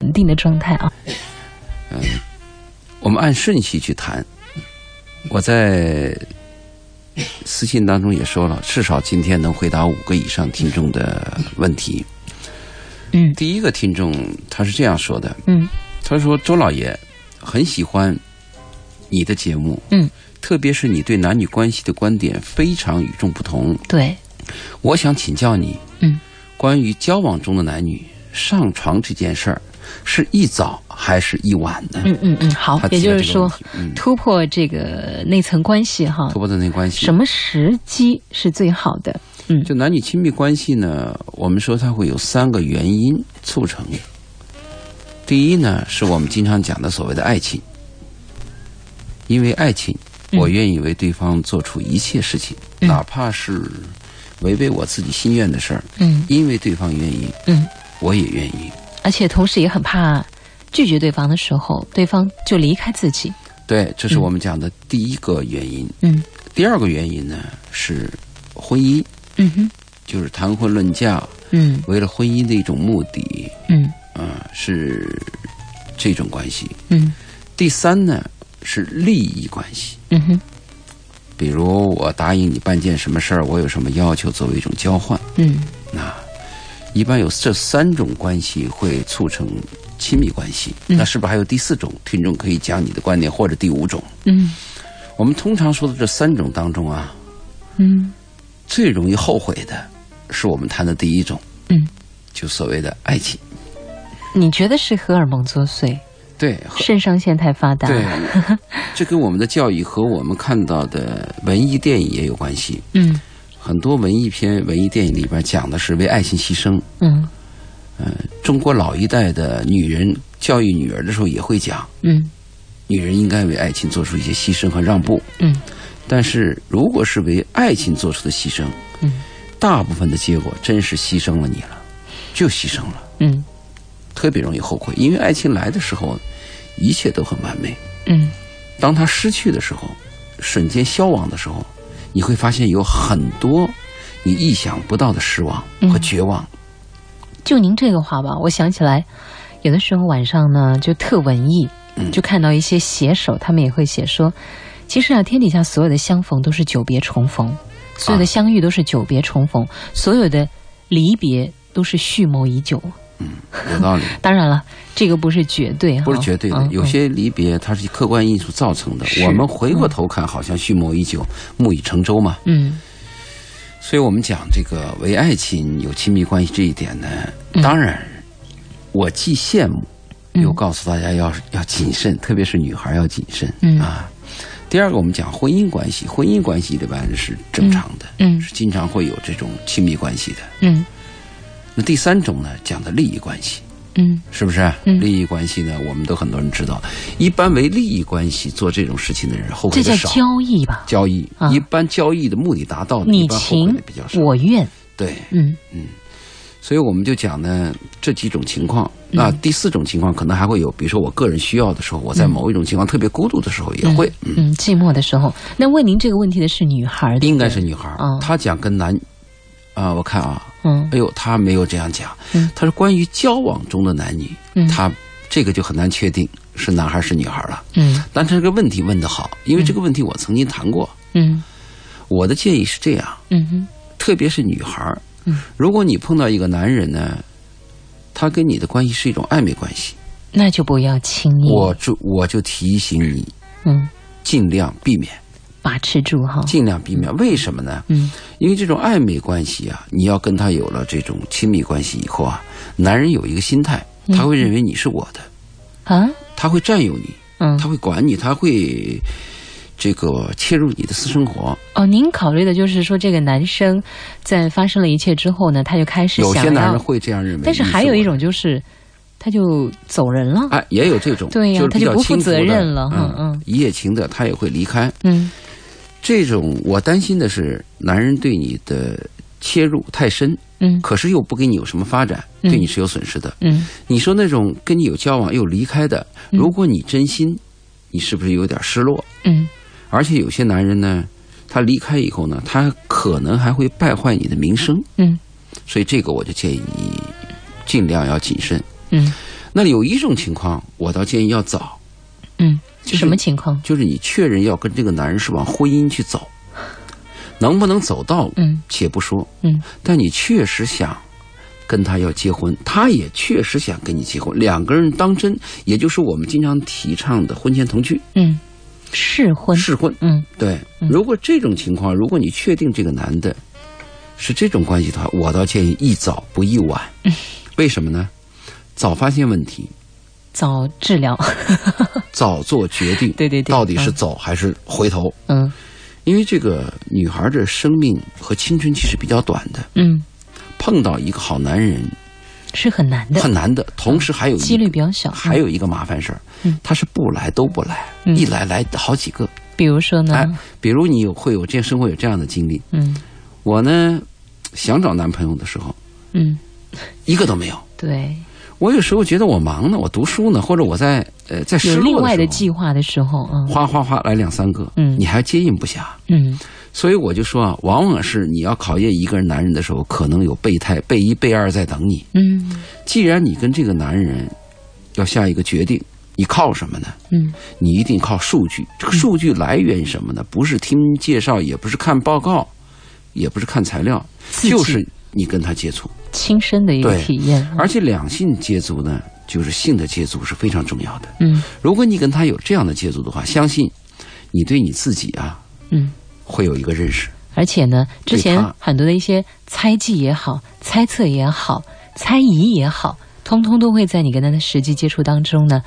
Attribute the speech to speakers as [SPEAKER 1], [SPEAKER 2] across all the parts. [SPEAKER 1] 稳定的状态啊？
[SPEAKER 2] 嗯，我们按顺序去谈。我在私信当中也说了，至少今天能回答五个以上听众的问题。
[SPEAKER 1] 嗯
[SPEAKER 2] 第一个听众他是这样说的，
[SPEAKER 1] 嗯
[SPEAKER 2] 他说：“周老爷很喜欢你的节目，
[SPEAKER 1] 嗯，
[SPEAKER 2] 特别是你对男女关系的观点非常与众不同。
[SPEAKER 1] 对，
[SPEAKER 2] 我想请教你，
[SPEAKER 1] 嗯，
[SPEAKER 2] 关于交往中的男女上床这件事儿，是一早还是一晚呢？
[SPEAKER 1] 嗯嗯嗯，好
[SPEAKER 2] 他，
[SPEAKER 1] 也
[SPEAKER 2] 提
[SPEAKER 1] 就
[SPEAKER 2] 了
[SPEAKER 1] 是
[SPEAKER 2] 这个问
[SPEAKER 1] 说
[SPEAKER 2] 题，嗯，
[SPEAKER 1] 突破这个内层关系哈，
[SPEAKER 2] 突破的那关系
[SPEAKER 1] 什么时机是最好的？嗯
[SPEAKER 2] 就男女亲密关系呢，我们说它会有三个原因促成。第一呢，是我们经常讲的所谓的爱情，因为爱情，
[SPEAKER 1] 嗯
[SPEAKER 2] 我愿意为对方做出一切事情，
[SPEAKER 1] 嗯
[SPEAKER 2] 哪怕是违背我自己心愿的事儿，
[SPEAKER 1] 嗯
[SPEAKER 2] 因为对方愿意，
[SPEAKER 1] 嗯，
[SPEAKER 2] 我也愿意。
[SPEAKER 1] 而且同时也很怕拒绝对方的时候，对方就离开自己。
[SPEAKER 2] 对，这是
[SPEAKER 1] 嗯
[SPEAKER 2] 我们讲的第一个原因。
[SPEAKER 1] 嗯
[SPEAKER 2] 第二个原因呢是婚姻，
[SPEAKER 1] 嗯哼
[SPEAKER 2] 就是谈婚论嫁，
[SPEAKER 1] 嗯
[SPEAKER 2] 为了婚姻的一种目的，
[SPEAKER 1] 嗯
[SPEAKER 2] 啊、是这种关系。
[SPEAKER 1] 嗯
[SPEAKER 2] 第三呢是利益关系，
[SPEAKER 1] 嗯哼
[SPEAKER 2] 比如我答应你办件什么事儿，我有什么要求，作为一种交换。
[SPEAKER 1] 嗯
[SPEAKER 2] 那一般有这三种关系会促成亲密关系。
[SPEAKER 1] 嗯
[SPEAKER 2] 那是不是还有第四种？听众可以讲你的观点，或者第五种。
[SPEAKER 1] 嗯
[SPEAKER 2] 我们通常说的这三种当中啊，
[SPEAKER 1] 嗯
[SPEAKER 2] 最容易后悔的是我们谈的第一种，
[SPEAKER 1] 嗯，
[SPEAKER 2] 就所谓的爱情。
[SPEAKER 1] 你觉得是荷尔蒙作祟，
[SPEAKER 2] 对，和
[SPEAKER 1] 肾上腺太发达？
[SPEAKER 2] 对，这跟我们的教育和我们看到的文艺电影也有关系。
[SPEAKER 1] 嗯
[SPEAKER 2] 很多文艺片、文艺电影里边讲的是为爱情牺牲。
[SPEAKER 1] 嗯
[SPEAKER 2] 中国老一代的女人教育女儿的时候也会讲，
[SPEAKER 1] 嗯
[SPEAKER 2] 女人应该为爱情做出一些牺牲和让步。
[SPEAKER 1] 嗯
[SPEAKER 2] 但是如果是为爱情做出的牺牲，
[SPEAKER 1] 嗯
[SPEAKER 2] 大部分的结果真是牺牲了你了，就牺牲了，
[SPEAKER 1] 嗯
[SPEAKER 2] 特别容易后悔。因为爱情来的时候，一切都很完美；
[SPEAKER 1] 嗯
[SPEAKER 2] 当它失去的时候，瞬间消亡的时候，你会发现有很多你意想不到的失望
[SPEAKER 1] 嗯
[SPEAKER 2] 和绝望。
[SPEAKER 1] 就您这个话吧，我想起来，有的时候晚上呢就特文艺，
[SPEAKER 2] 嗯
[SPEAKER 1] 就看到一些写手，他们也会写说，其实啊，天底下所有的相逢都是久别重逢，所有
[SPEAKER 2] 啊
[SPEAKER 1] 的相遇都是久别重逢，所有的离别都是蓄谋已久。
[SPEAKER 2] 有道理。
[SPEAKER 1] 当然了，这个不是绝对哈，
[SPEAKER 2] 不是绝对的
[SPEAKER 1] 嗯，
[SPEAKER 2] 有些离别它是客观因素造成的
[SPEAKER 1] 是。
[SPEAKER 2] 我们回过头看，好像蓄谋已久，木已成舟嘛。
[SPEAKER 1] 嗯
[SPEAKER 2] 所以我们讲这个为爱情有亲密关系这一点呢，当然，我既羡慕，
[SPEAKER 1] 嗯
[SPEAKER 2] 又告诉大家要要谨慎，特别是女孩要谨慎
[SPEAKER 1] 嗯
[SPEAKER 2] 啊。第二个，我们讲婚姻关系，婚姻关系一般是正常的，
[SPEAKER 1] 嗯
[SPEAKER 2] 是经常会有这种亲密关系的。
[SPEAKER 1] 嗯
[SPEAKER 2] 那第三种呢，讲的利益关系。
[SPEAKER 1] 嗯
[SPEAKER 2] 是不是？
[SPEAKER 1] 嗯
[SPEAKER 2] 利益关系呢，我们都很多人知道。一般为利益关系做这种事情的人，后
[SPEAKER 1] 这
[SPEAKER 2] 悔
[SPEAKER 1] 叫
[SPEAKER 2] 的少。
[SPEAKER 1] 交易吧？
[SPEAKER 2] 交易、
[SPEAKER 1] 啊
[SPEAKER 2] 一般交易的目的达到的，一
[SPEAKER 1] 你
[SPEAKER 2] 般后悔
[SPEAKER 1] 情
[SPEAKER 2] 的比较少。
[SPEAKER 1] 我愿，
[SPEAKER 2] 对，
[SPEAKER 1] 嗯
[SPEAKER 2] 所以我们就讲呢这几种情况。那
[SPEAKER 1] 嗯
[SPEAKER 2] 第四种情况可能还会有，比如说我个人需要的时候，我在某一种情况特别孤独的时候也会，嗯
[SPEAKER 1] 嗯，寂寞的时候。那问您这个问题的是女孩，对
[SPEAKER 2] 应
[SPEAKER 1] 不
[SPEAKER 2] 该
[SPEAKER 1] 对
[SPEAKER 2] 是女孩儿
[SPEAKER 1] 嗯。
[SPEAKER 2] 她讲跟男，啊、我看啊，
[SPEAKER 1] 嗯
[SPEAKER 2] 哎呦，她没有这样讲
[SPEAKER 1] 嗯，
[SPEAKER 2] 她是关于交往中的男女，
[SPEAKER 1] 嗯
[SPEAKER 2] 她这个就很难确定是男孩儿是女孩儿了。
[SPEAKER 1] 嗯
[SPEAKER 2] 但这个问题问得好，因为这个问题我曾经谈过。
[SPEAKER 1] 嗯
[SPEAKER 2] 我的建议是这样，
[SPEAKER 1] 嗯哼
[SPEAKER 2] 特别是女孩儿
[SPEAKER 1] 嗯，
[SPEAKER 2] 如果你碰到一个男人呢，他跟你的关系是一种暧昧关系，
[SPEAKER 1] 那就不要轻易，
[SPEAKER 2] 我就我就提醒你，
[SPEAKER 1] 嗯，
[SPEAKER 2] 尽量避免，
[SPEAKER 1] 把持住哈，
[SPEAKER 2] 尽量避免。为什么呢？
[SPEAKER 1] 嗯
[SPEAKER 2] 因为这种暧昧关系啊，你要跟他有了这种亲密关系以后啊，男人有一个心态，
[SPEAKER 1] 嗯
[SPEAKER 2] 他会认为你是我的，
[SPEAKER 1] 啊，
[SPEAKER 2] 他会占有你，
[SPEAKER 1] 嗯
[SPEAKER 2] 他，会管你，他会这个切入你的私生活。
[SPEAKER 1] 哦，您考虑的就是说，这个男生在发生了一切之后呢，他就开始
[SPEAKER 2] 有些
[SPEAKER 1] 想
[SPEAKER 2] 男人
[SPEAKER 1] 要，
[SPEAKER 2] 会这样认为，
[SPEAKER 1] 但是
[SPEAKER 2] 你
[SPEAKER 1] 还有
[SPEAKER 2] 我
[SPEAKER 1] 一
[SPEAKER 2] 的
[SPEAKER 1] 种就是，他就走人了，
[SPEAKER 2] 哎，也有这种，
[SPEAKER 1] 对呀
[SPEAKER 2] 就是
[SPEAKER 1] 他
[SPEAKER 2] 比
[SPEAKER 1] 就
[SPEAKER 2] 较
[SPEAKER 1] 不负
[SPEAKER 2] 轻浮
[SPEAKER 1] 责
[SPEAKER 2] 的
[SPEAKER 1] 任了
[SPEAKER 2] 嗯
[SPEAKER 1] 嗯嗯
[SPEAKER 2] 一夜情的他也会离开。
[SPEAKER 1] 嗯
[SPEAKER 2] 这种我担心的是，男人对你的切入太深，
[SPEAKER 1] 嗯
[SPEAKER 2] 可是又不给你有什么发展，
[SPEAKER 1] 嗯
[SPEAKER 2] 对你是有损失的。
[SPEAKER 1] 嗯
[SPEAKER 2] 你说那种跟你有交往又离开的，如果你真心，你是不是有点失落？
[SPEAKER 1] 嗯
[SPEAKER 2] 而且有些男人呢，他离开以后呢，他可能还会败坏你的名声，
[SPEAKER 1] 嗯
[SPEAKER 2] 所以这个我就建议你尽量要谨慎。
[SPEAKER 1] 嗯
[SPEAKER 2] 那有一种情况，我倒建议要早，
[SPEAKER 1] 嗯，
[SPEAKER 2] 就是
[SPEAKER 1] 什么情况？
[SPEAKER 2] 就是你确认要跟这个男人是往婚姻去走，能不能走到，
[SPEAKER 1] 嗯
[SPEAKER 2] 且不说，
[SPEAKER 1] 嗯
[SPEAKER 2] 但你确实想跟他要结婚，他也确实想跟你结婚，两个人当真，也就是我们经常提倡的婚前同居、
[SPEAKER 1] 嗯，试婚，
[SPEAKER 2] 试婚。
[SPEAKER 1] 嗯
[SPEAKER 2] 对，如果这种情况，如果你确定这个男的是这种关系的话，我倒建议宜早不宜 晚。为什么呢？早发现问题，
[SPEAKER 1] 早治疗，
[SPEAKER 2] 早做决定，
[SPEAKER 1] 对对对
[SPEAKER 2] 到底是走还是回头？
[SPEAKER 1] 嗯
[SPEAKER 2] 因为这个女孩的生命和青春期是比较短的，
[SPEAKER 1] 嗯，
[SPEAKER 2] 碰到一个好男人
[SPEAKER 1] 是很难的，
[SPEAKER 2] 很难的。同时还有一个
[SPEAKER 1] 几率比嗯较小。
[SPEAKER 2] 还有一个麻烦事儿，他是不来都不来，
[SPEAKER 1] 嗯
[SPEAKER 2] 一来来好几个。
[SPEAKER 1] 比如说呢，
[SPEAKER 2] 哎，比如你有会有这样生活有这样的经历，
[SPEAKER 1] 嗯
[SPEAKER 2] 我呢想找男朋友的时候
[SPEAKER 1] 嗯，
[SPEAKER 2] 一个都没有。
[SPEAKER 1] 对，
[SPEAKER 2] 我有时候觉得我忙呢，我读书呢，或者我在呃在失
[SPEAKER 1] 有另
[SPEAKER 2] 落
[SPEAKER 1] 外的
[SPEAKER 2] 的时
[SPEAKER 1] 计划的时候，
[SPEAKER 2] 候，
[SPEAKER 1] 嗯
[SPEAKER 2] 哗哗哗来两三个，
[SPEAKER 1] 嗯
[SPEAKER 2] 你还接应不暇。
[SPEAKER 1] 嗯
[SPEAKER 2] 所以我就说啊，往往是你要考验一个人男人的时候，可能有备胎、备一、备二在等你。
[SPEAKER 1] 嗯
[SPEAKER 2] 既然你跟这个男人要下一个决定，你靠什么呢？
[SPEAKER 1] 嗯
[SPEAKER 2] 你一定靠数据。这个数据来源于什么呢？不是听介绍，也不是看报告，也不是看材料，
[SPEAKER 1] 自己
[SPEAKER 2] 就是你跟他接触。
[SPEAKER 1] 亲身的一个
[SPEAKER 2] 对
[SPEAKER 1] 体验，
[SPEAKER 2] 而且两性接触呢，就是性的接触是非常重要的。
[SPEAKER 1] 嗯
[SPEAKER 2] 如果你跟他有这样的接触的话，相信你对你自己啊
[SPEAKER 1] 嗯。
[SPEAKER 2] 会有一个认识。
[SPEAKER 1] 而且呢，之
[SPEAKER 2] 对
[SPEAKER 1] 前
[SPEAKER 2] 他
[SPEAKER 1] 很多的一些猜忌也好、猜测也好、猜疑也好，通通都会在你跟他的实际接触当中呢，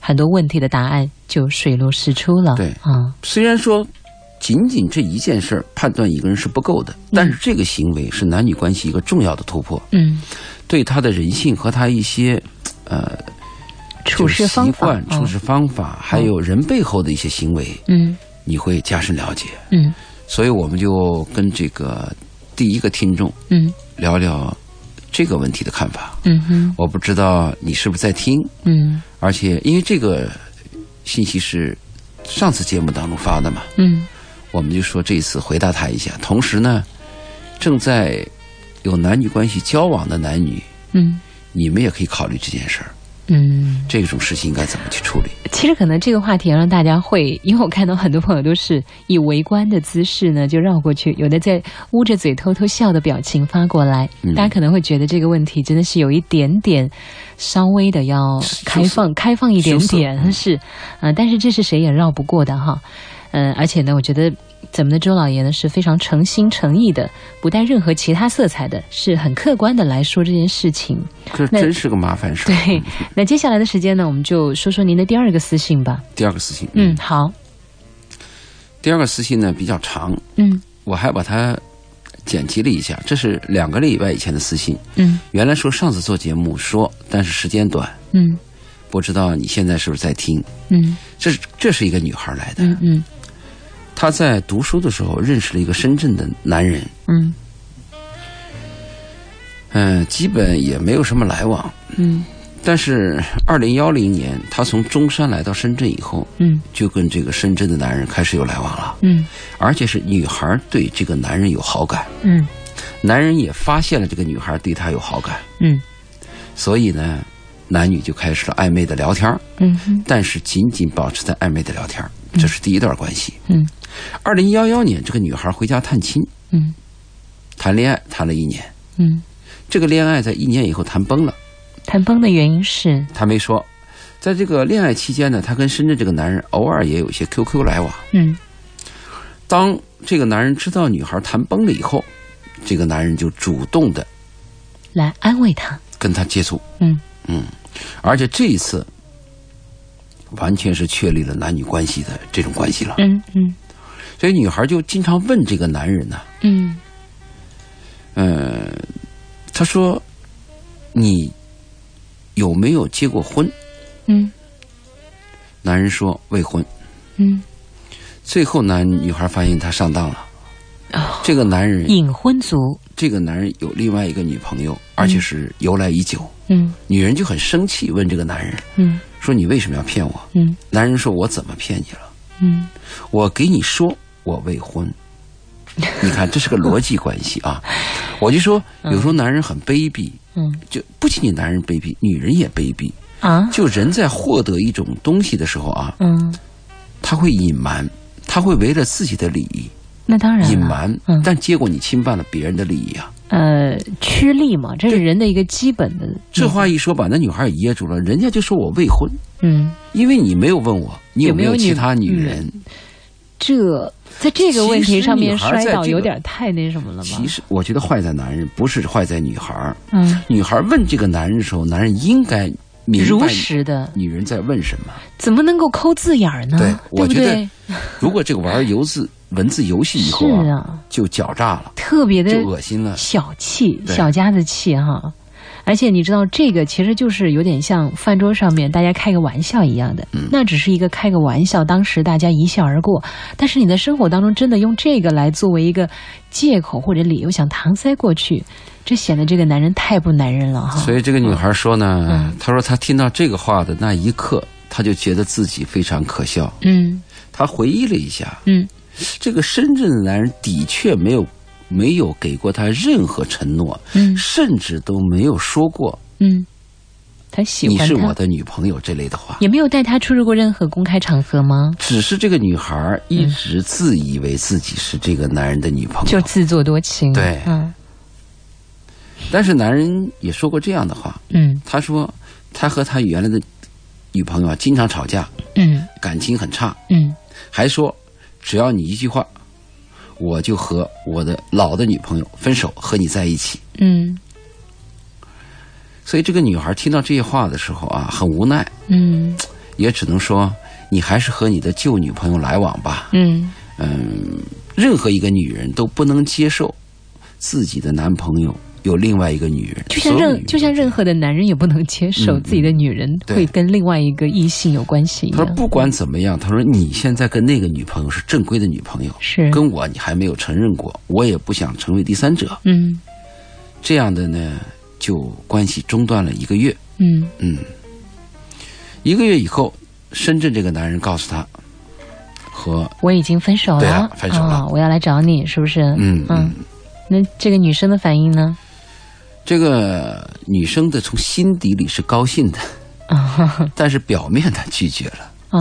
[SPEAKER 1] 很多问题的答案就水落石出了。
[SPEAKER 2] 对
[SPEAKER 1] 啊，
[SPEAKER 2] 虽然说仅仅这一件事儿判断一个人是不够的，但是这个行为是男女关系一个重要的突破，
[SPEAKER 1] 嗯，
[SPEAKER 2] 对他的人性和他一些呃
[SPEAKER 1] 处事
[SPEAKER 2] 就是习
[SPEAKER 1] 方法
[SPEAKER 2] 惯、，处事方法，还有人背后的一些行为，
[SPEAKER 1] 嗯
[SPEAKER 2] 你会加深了解。
[SPEAKER 1] 嗯
[SPEAKER 2] 所以我们就跟这个第一个听众
[SPEAKER 1] 嗯
[SPEAKER 2] 聊聊这个问题的看法。
[SPEAKER 1] 嗯哼
[SPEAKER 2] 我不知道你是不是在听，
[SPEAKER 1] 嗯
[SPEAKER 2] 而且因为这个信息是上次节目当中发的嘛，
[SPEAKER 1] 嗯
[SPEAKER 2] 我们就说这次回答他一下。同时呢，正在有男女关系交往的男女，
[SPEAKER 1] 嗯
[SPEAKER 2] 你们也可以考虑这件事儿，
[SPEAKER 1] 嗯。
[SPEAKER 2] 这种事情应该怎么去处理？
[SPEAKER 1] 其实可能这个话题要让大家会，因为我看到很多朋友都是以围观的姿势呢就绕过去，有的在捂着嘴偷偷笑的表情发过来，
[SPEAKER 2] 嗯
[SPEAKER 1] 大家可能会觉得这个问题真的是有一点点稍微的要开放开放一点点是，呃，但是这是谁也绕不过的哈，嗯、而且呢，我觉得。咱们的周老爷呢是非常诚心诚意的，不带任何其他色彩的，是很客观的来说这件事情。
[SPEAKER 2] 这
[SPEAKER 1] 那
[SPEAKER 2] 真是个麻烦事儿。
[SPEAKER 1] 对，那接下来的时间呢，我们就说说您的第二个私信吧。
[SPEAKER 2] 第二个私信，
[SPEAKER 1] 嗯，，好，
[SPEAKER 2] 第二个私信呢比较长，
[SPEAKER 1] 嗯
[SPEAKER 2] 我还把它剪辑了一下，这是两个礼拜以前的私信。
[SPEAKER 1] 嗯
[SPEAKER 2] 原来说上次做节目说，但是时间短，
[SPEAKER 1] 嗯
[SPEAKER 2] 不知道你现在是不是在听？
[SPEAKER 1] 嗯
[SPEAKER 2] 这是这是一个女孩来的，
[SPEAKER 1] 嗯嗯
[SPEAKER 2] 她在读书的时候认识了一个深圳的男人，
[SPEAKER 1] 嗯
[SPEAKER 2] 嗯、基本也没有什么来往。
[SPEAKER 1] 嗯
[SPEAKER 2] 但是二零幺零年，她从中山来到深圳以后，
[SPEAKER 1] 嗯
[SPEAKER 2] 就跟这个深圳的男人开始有来往了，
[SPEAKER 1] 嗯
[SPEAKER 2] 而且是女孩对这个男人有好感，
[SPEAKER 1] 嗯
[SPEAKER 2] 男人也发现了这个女孩对他有好感。
[SPEAKER 1] 嗯
[SPEAKER 2] 所以呢，男女就开始了暧昧的聊天儿，
[SPEAKER 1] 嗯哼
[SPEAKER 2] 但是仅仅保持在暧昧的聊天儿，这是第一段关系。
[SPEAKER 1] 嗯
[SPEAKER 2] 二零幺幺年，这个女孩回家探亲，
[SPEAKER 1] 嗯
[SPEAKER 2] 谈恋爱谈了一年，
[SPEAKER 1] 嗯，
[SPEAKER 2] 这个恋爱在一年以后谈崩了，
[SPEAKER 1] 谈崩的原因是，
[SPEAKER 2] 她没说。在这个恋爱期间呢，她跟深圳这个男人偶尔也有一些 QQ 来往。
[SPEAKER 1] 嗯
[SPEAKER 2] 当这个男人知道女孩谈崩了以后，这个男人就主动的
[SPEAKER 1] 来安慰他，
[SPEAKER 2] 跟她接触，
[SPEAKER 1] 嗯
[SPEAKER 2] 而且这一次完全是确立了男女关系的这种关系了。
[SPEAKER 1] 嗯嗯
[SPEAKER 2] 所以女孩就经常问这个男人呢、
[SPEAKER 1] 嗯
[SPEAKER 2] 嗯、她说：“你有没有结过婚
[SPEAKER 1] 嗯？”
[SPEAKER 2] 男人说：“未婚。
[SPEAKER 1] 嗯，”
[SPEAKER 2] 最后男女孩发现他上当了。这个男人，
[SPEAKER 1] 隐婚族，
[SPEAKER 2] 这个男人有另外一个女朋友，而且是由来已久。
[SPEAKER 1] 嗯
[SPEAKER 2] 女人就很生气，问这个男人
[SPEAKER 1] 嗯
[SPEAKER 2] 说：“你为什么要骗我
[SPEAKER 1] 嗯？”
[SPEAKER 2] 男人说：“我怎么骗你了？
[SPEAKER 1] 嗯
[SPEAKER 2] 我给你说我未婚。” 你看，这是个逻辑关系啊！我就说，有时候男人很卑鄙，
[SPEAKER 1] 嗯
[SPEAKER 2] 就不仅仅男人卑鄙，女人也卑鄙。
[SPEAKER 1] 啊，
[SPEAKER 2] 就人在获得一种东西的时候啊，
[SPEAKER 1] 嗯，
[SPEAKER 2] 他会隐瞒，他会为了自己的利益
[SPEAKER 1] 那当然了
[SPEAKER 2] 隐瞒
[SPEAKER 1] 嗯，
[SPEAKER 2] 但结果你侵犯了别人的利益啊。
[SPEAKER 1] 呃，趋利嘛，这是人的一个基本的，
[SPEAKER 2] 这话一说，把那女孩也噎住了，人家就说我未婚，
[SPEAKER 1] 嗯，
[SPEAKER 2] 因为你没有问我你嗯有没
[SPEAKER 1] 有没有
[SPEAKER 2] 其
[SPEAKER 1] 女
[SPEAKER 2] 他女人。
[SPEAKER 1] 这在这个问
[SPEAKER 2] 其
[SPEAKER 1] 题
[SPEAKER 2] 实
[SPEAKER 1] 上面
[SPEAKER 2] 女孩在
[SPEAKER 1] 摔倒
[SPEAKER 2] 这个
[SPEAKER 1] 有点太那什么了吧
[SPEAKER 2] 其？实我觉得坏在男人，不是坏在女孩儿。
[SPEAKER 1] 嗯，
[SPEAKER 2] 女孩问这个男人的时候，男人应该明
[SPEAKER 1] 如
[SPEAKER 2] 白
[SPEAKER 1] 实的，
[SPEAKER 2] 女人在问什么。
[SPEAKER 1] 怎么能够抠字眼儿呢？
[SPEAKER 2] 对我
[SPEAKER 1] 不
[SPEAKER 2] 觉得
[SPEAKER 1] 对？
[SPEAKER 2] 如果这个玩游字文字游戏以后
[SPEAKER 1] 是
[SPEAKER 2] 啊，
[SPEAKER 1] 啊，
[SPEAKER 2] 就狡诈了，
[SPEAKER 1] 特别的
[SPEAKER 2] 就恶心了。
[SPEAKER 1] 小气，
[SPEAKER 2] 对
[SPEAKER 1] 小家子气哈。而且你知道，这个其实就是有点像饭桌上面大家开个玩笑一样的，
[SPEAKER 2] 嗯
[SPEAKER 1] 那只是一个开个玩笑，当时大家一笑而过。但是你在生活当中真的用这个来作为一个借口或者理由想搪塞过去，这显得这个男人太不男人了哈
[SPEAKER 2] 所。以这个女孩说呢
[SPEAKER 1] 嗯，
[SPEAKER 2] 她说她听到这个话的那一刻，她就觉得自己非常可笑。
[SPEAKER 1] 嗯
[SPEAKER 2] 她回忆了一下，
[SPEAKER 1] 嗯
[SPEAKER 2] 这个深圳的男人的确没有没有给过她任何承诺，
[SPEAKER 1] 嗯
[SPEAKER 2] 甚至都没有说过
[SPEAKER 1] 嗯，他
[SPEAKER 2] “
[SPEAKER 1] 喜
[SPEAKER 2] 你
[SPEAKER 1] 欢
[SPEAKER 2] 是
[SPEAKER 1] 他，
[SPEAKER 2] 我的女朋友”这类的话。
[SPEAKER 1] 也没有带他出入过任何公开场合吗？
[SPEAKER 2] 只是这个女孩一直自以为自己是这个男人的女朋
[SPEAKER 1] 就
[SPEAKER 2] 友，
[SPEAKER 1] 自作多情。
[SPEAKER 2] 对
[SPEAKER 1] 嗯
[SPEAKER 2] 但是男人也说过这样的话，
[SPEAKER 1] 嗯
[SPEAKER 2] 他说他和他原来的女朋友啊经常吵架，
[SPEAKER 1] 嗯
[SPEAKER 2] 感情很差，
[SPEAKER 1] 嗯，
[SPEAKER 2] 还说只要你一句话，我就和我的老的女朋友分手，和你在一起。
[SPEAKER 1] 嗯
[SPEAKER 2] 所以这个女孩听到这些话的时候啊，很无奈，
[SPEAKER 1] 嗯
[SPEAKER 2] 也只能说你还是和你的旧女朋友来往吧。
[SPEAKER 1] 嗯
[SPEAKER 2] 嗯，任何一个女人都不能接受自己的男朋友有另外一个女人，
[SPEAKER 1] 就像
[SPEAKER 2] 所有女
[SPEAKER 1] 任
[SPEAKER 2] 人
[SPEAKER 1] 就像任何的男人也不能接受自己的女人
[SPEAKER 2] 对
[SPEAKER 1] 会跟另外一个异性有关系一
[SPEAKER 2] 他说
[SPEAKER 1] 样，
[SPEAKER 2] 不管怎么样，他说你现在跟那个女朋友是正规的女朋友，
[SPEAKER 1] 是
[SPEAKER 2] 跟我你还没有承认过，我也不想成为第三者。
[SPEAKER 1] 嗯
[SPEAKER 2] 这样的呢，就关系中断了一个月。
[SPEAKER 1] 嗯
[SPEAKER 2] 嗯，一个月以后，深圳这个男人告诉他，和
[SPEAKER 1] 我已经分手
[SPEAKER 2] 对
[SPEAKER 1] 了，
[SPEAKER 2] 啊分手了
[SPEAKER 1] 啊我要来找你，是不是？
[SPEAKER 2] 嗯嗯
[SPEAKER 1] 嗯，那这个女生的反应呢？
[SPEAKER 2] 这个女生的从心底里是高兴的，
[SPEAKER 1] 啊
[SPEAKER 2] 但是表面她拒绝了。
[SPEAKER 1] 啊，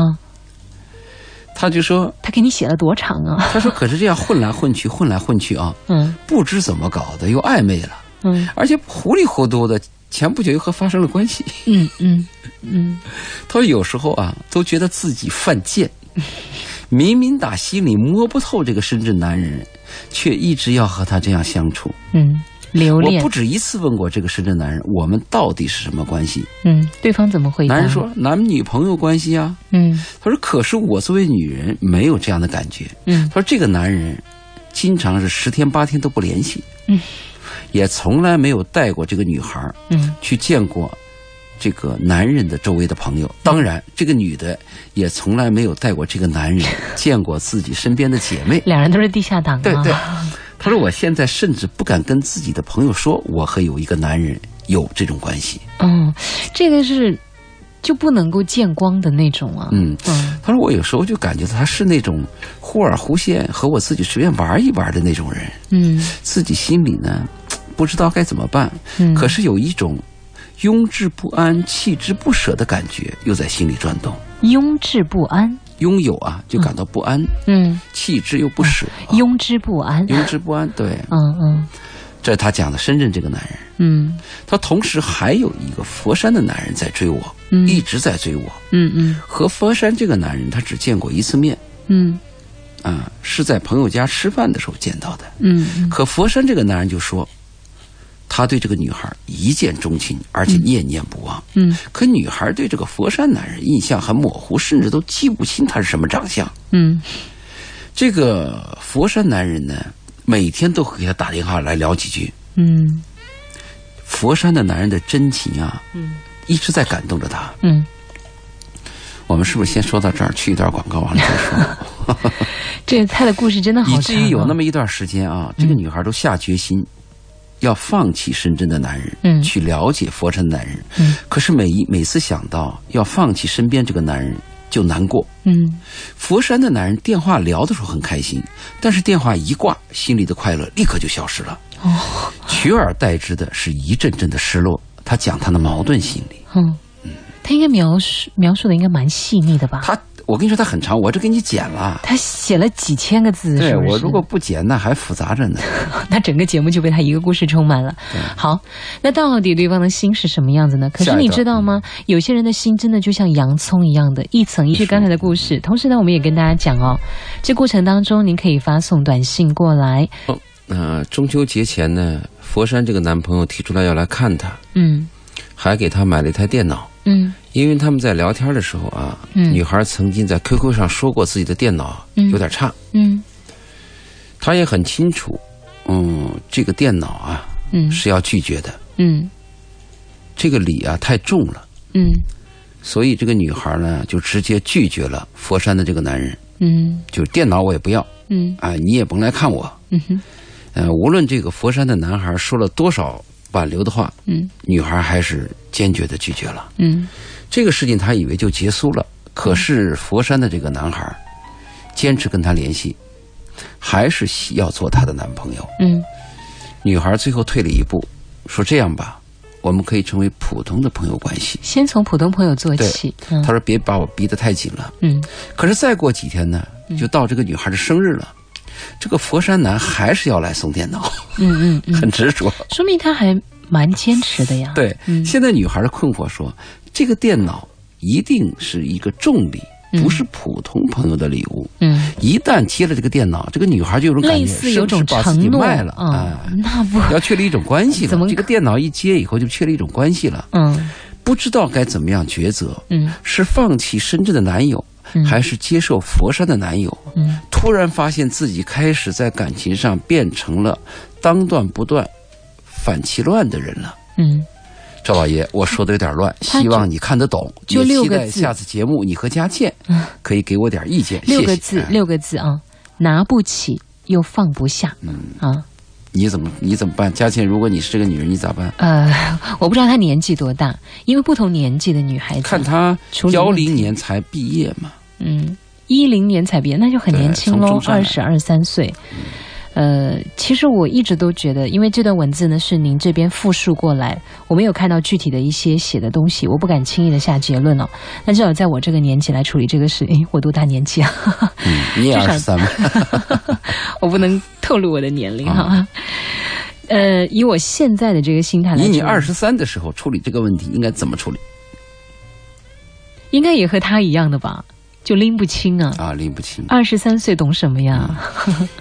[SPEAKER 2] 她就说
[SPEAKER 1] 他给你写了多长：“啊？
[SPEAKER 2] 她说可是这样混来混去，混来混去啊，
[SPEAKER 1] 嗯
[SPEAKER 2] 不知怎么搞的，又暧昧了，
[SPEAKER 1] 嗯
[SPEAKER 2] 而且糊里糊涂的。”前不久又和发生了关系，
[SPEAKER 1] 嗯嗯嗯
[SPEAKER 2] 她说有时候啊，都觉得自己犯贱，明明打心里摸不透这个深圳男人，却一直要和他这样相处。
[SPEAKER 1] 嗯，留
[SPEAKER 2] 我
[SPEAKER 1] 恋
[SPEAKER 2] 不，止一次问过这个深圳男人，我们到底是什么关系？
[SPEAKER 1] 嗯，对方怎么回答？
[SPEAKER 2] 男人，说男女朋友关系啊。
[SPEAKER 1] 嗯
[SPEAKER 2] 他说，可是我作为女人没有这样的感觉。
[SPEAKER 1] 嗯
[SPEAKER 2] 他说，这个男人经常是十天八天都不联系，
[SPEAKER 1] 嗯，
[SPEAKER 2] 也从来没有带过这个女孩
[SPEAKER 1] 嗯
[SPEAKER 2] 去见过。这个男人的周围的朋友，当然，这个女的也从来没有带过这个 男人见过自己身边的姐妹。
[SPEAKER 1] 两人都是地下党啊，
[SPEAKER 2] 对对，他说我现在甚至不敢跟自己的朋友说，我和有一个男人有这种关系。
[SPEAKER 1] 嗯，这个是就不能够见光的那种啊，
[SPEAKER 2] 嗯，
[SPEAKER 1] 嗯
[SPEAKER 2] 他说我有时候就感觉他是那种忽而忽现和我自己随便玩一玩的那种人，
[SPEAKER 1] 嗯
[SPEAKER 2] 自己心里呢不知道该怎么办，
[SPEAKER 1] 嗯，
[SPEAKER 2] 可是有一种庸置不安、弃之不舍的感觉又在心里转动。
[SPEAKER 1] 庸置不安，
[SPEAKER 2] 拥有啊，就感到不安，
[SPEAKER 1] 嗯，
[SPEAKER 2] 弃之又不舍、啊，
[SPEAKER 1] 庸之不安，
[SPEAKER 2] 庸之不安。对，
[SPEAKER 1] 嗯嗯
[SPEAKER 2] 这是他讲的深圳这个男人。
[SPEAKER 1] 嗯
[SPEAKER 2] 他同时还有一个佛山的男人在追我，
[SPEAKER 1] 嗯
[SPEAKER 2] 一直在追我。
[SPEAKER 1] 嗯嗯
[SPEAKER 2] 和佛山这个男人，他只见过一次面，
[SPEAKER 1] 嗯
[SPEAKER 2] 啊、是在朋友家吃饭的时候见到的。
[SPEAKER 1] 嗯
[SPEAKER 2] 可佛山这个男人就说，他对这个女孩一见钟情，而且念念不忘。
[SPEAKER 1] 嗯
[SPEAKER 2] 可女孩对这个佛山男人印象很模糊，甚至都记不清他是什么长相。
[SPEAKER 1] 嗯
[SPEAKER 2] 这个佛山男人呢，每天都会给他打电话来聊几句。
[SPEAKER 1] 嗯
[SPEAKER 2] 佛山的男人的真情啊，
[SPEAKER 1] 嗯
[SPEAKER 2] 一直在感动着他。
[SPEAKER 1] 嗯，
[SPEAKER 2] 我们是不是先说到这儿，去一段广告，啊完了再说？
[SPEAKER 1] 这菜的故事真的好啊嗯
[SPEAKER 2] 以
[SPEAKER 1] 长、
[SPEAKER 2] 至于有那么一段时间啊，这个女孩都下决心要放弃深圳的男人，
[SPEAKER 1] 嗯
[SPEAKER 2] 去了解佛山的男人。
[SPEAKER 1] 嗯
[SPEAKER 2] 可是每一每次想到要放弃身边这个男人，就难过。
[SPEAKER 1] 嗯
[SPEAKER 2] 佛山的男人电话聊的时候很开心，但是电话一挂，心里的快乐立刻就消失了。
[SPEAKER 1] 哦
[SPEAKER 2] 取而代之的是一阵阵的失落。他讲他的矛盾心理，
[SPEAKER 1] 嗯，他应该描述描述的应该蛮细腻的吧？
[SPEAKER 3] 他，我跟你说，他很长，我这给你剪了。
[SPEAKER 1] 他写了几千个字，
[SPEAKER 3] 对
[SPEAKER 1] 是不是
[SPEAKER 3] 我如果不剪，那还复杂着呢。
[SPEAKER 1] 那整个节目就被他一个故事充满了。
[SPEAKER 2] 嗯
[SPEAKER 1] 好，那到底对方的心是什么样子呢？可是
[SPEAKER 3] 下一
[SPEAKER 1] 你
[SPEAKER 3] 段
[SPEAKER 1] 知道吗？
[SPEAKER 2] 嗯
[SPEAKER 1] 有些人的心真的就像洋葱一样的，一层一层。刚才的故事，同时呢，我们也跟大家讲哦，这过程当中您可以发送短信过来，
[SPEAKER 2] 呃，中秋节前呢，佛山这个男朋友提出来要来看她，
[SPEAKER 1] 嗯
[SPEAKER 2] 还给她买了一台电脑。
[SPEAKER 1] 嗯
[SPEAKER 2] 因为他们在聊天的时候啊，
[SPEAKER 1] 嗯
[SPEAKER 2] 女孩曾经在 QQ 上说过自己的电脑
[SPEAKER 1] 嗯
[SPEAKER 2] 有点差，
[SPEAKER 1] 嗯
[SPEAKER 2] 她也很清楚，嗯，这个电脑啊
[SPEAKER 1] 嗯
[SPEAKER 2] 是要拒绝的，
[SPEAKER 1] 嗯
[SPEAKER 2] 这个礼啊太重了，
[SPEAKER 1] 嗯
[SPEAKER 2] 所以这个女孩呢就直接拒绝了佛山的这个男人，
[SPEAKER 1] 嗯
[SPEAKER 2] 就电脑我也不要，
[SPEAKER 1] 嗯
[SPEAKER 2] 啊，你也甭来看我。
[SPEAKER 1] 嗯哼
[SPEAKER 2] 呃，无论这个佛山的男孩说了多少挽留的话，
[SPEAKER 1] 嗯
[SPEAKER 2] 女孩还是坚决的拒绝了。
[SPEAKER 1] 嗯
[SPEAKER 2] 这个事情她以为就结束了，可是佛山的这个男孩坚持跟她联系，还是要做她的男朋友。
[SPEAKER 1] 嗯
[SPEAKER 2] 女孩最后退了一步，说：“这样吧，我们可以成为普通的朋友关系。
[SPEAKER 1] 先从普通朋友做起，”嗯
[SPEAKER 2] 她说：“别把我逼得太紧了。
[SPEAKER 1] 嗯”
[SPEAKER 2] 可是再过几天呢，就到这个女孩的生日了，这个佛山男还是要来送电脑，
[SPEAKER 1] 嗯嗯嗯，
[SPEAKER 2] 很执着。
[SPEAKER 1] 说明他还蛮坚持的呀。，
[SPEAKER 2] 对，现在女孩的困惑说，这个电脑一定是一个重礼，不是普通朋友的礼物。
[SPEAKER 1] 嗯，
[SPEAKER 2] 一旦接了这个电脑，这个女孩就有种感
[SPEAKER 1] 类
[SPEAKER 2] 觉，
[SPEAKER 1] 似
[SPEAKER 2] 是
[SPEAKER 1] 有
[SPEAKER 2] 不
[SPEAKER 1] 种
[SPEAKER 2] 是把自己
[SPEAKER 1] 承诺
[SPEAKER 2] 卖了啊
[SPEAKER 1] 啊，，那不
[SPEAKER 2] 要确立一种关系
[SPEAKER 1] 怎么
[SPEAKER 2] 了。这个电脑一接以后就确立一种关系了，
[SPEAKER 1] 嗯
[SPEAKER 2] 不知道该怎么样抉择，
[SPEAKER 1] 嗯
[SPEAKER 2] 是放弃深圳的男友，
[SPEAKER 1] 嗯
[SPEAKER 2] 还是接受佛山的男友？
[SPEAKER 1] 嗯
[SPEAKER 2] 突然发现自己开始在感情上变成了当断不断、反其乱的人了。
[SPEAKER 1] 嗯，
[SPEAKER 2] 赵老爷，我说的有点乱，
[SPEAKER 1] 他就
[SPEAKER 2] 希望你看得懂。
[SPEAKER 1] 就
[SPEAKER 2] 也
[SPEAKER 1] 六
[SPEAKER 2] 期
[SPEAKER 1] 个
[SPEAKER 2] 待
[SPEAKER 1] 字嗯
[SPEAKER 2] 下次节目你和佳倩可以给我点意见。
[SPEAKER 1] 六
[SPEAKER 2] 谢
[SPEAKER 1] 个
[SPEAKER 2] 谢
[SPEAKER 1] 字
[SPEAKER 2] 哎，
[SPEAKER 1] 六个字啊，拿不起又放不下。
[SPEAKER 2] 嗯
[SPEAKER 1] 啊，
[SPEAKER 2] 你怎么你怎么办？佳倩，如果你是这个女人，你咋办？
[SPEAKER 1] 呃， 我不知道她年纪多大，因为不同年纪的女孩子，
[SPEAKER 2] 看她
[SPEAKER 1] 处理
[SPEAKER 2] 幺
[SPEAKER 1] 问题
[SPEAKER 2] 零年才毕业嘛，
[SPEAKER 1] 嗯，一零年才毕业，那就很年轻
[SPEAKER 2] 对从
[SPEAKER 1] 喽
[SPEAKER 2] 中，上
[SPEAKER 1] 二
[SPEAKER 2] 来嗯
[SPEAKER 1] 十二三岁。呃，其实我一直都觉得，因为这段文字呢是您这边复述过来，我没有看到具体的一些写的东西，我不敢轻易的下结论哦。那至少在我这个年纪来处理这个事，哎诶，我多大年纪啊？
[SPEAKER 2] 嗯你也
[SPEAKER 1] 至少
[SPEAKER 2] 二十三嘛。
[SPEAKER 1] 我不能透露我的年龄哈、 呃，以我现在的这个心态来，
[SPEAKER 2] 啊以你二，十三的时候处理这个问题，应该怎么处理
[SPEAKER 1] 应该也和他一样的吧？就拎不清啊。
[SPEAKER 2] 啊？拎不清。
[SPEAKER 1] 二十三岁懂什么呀？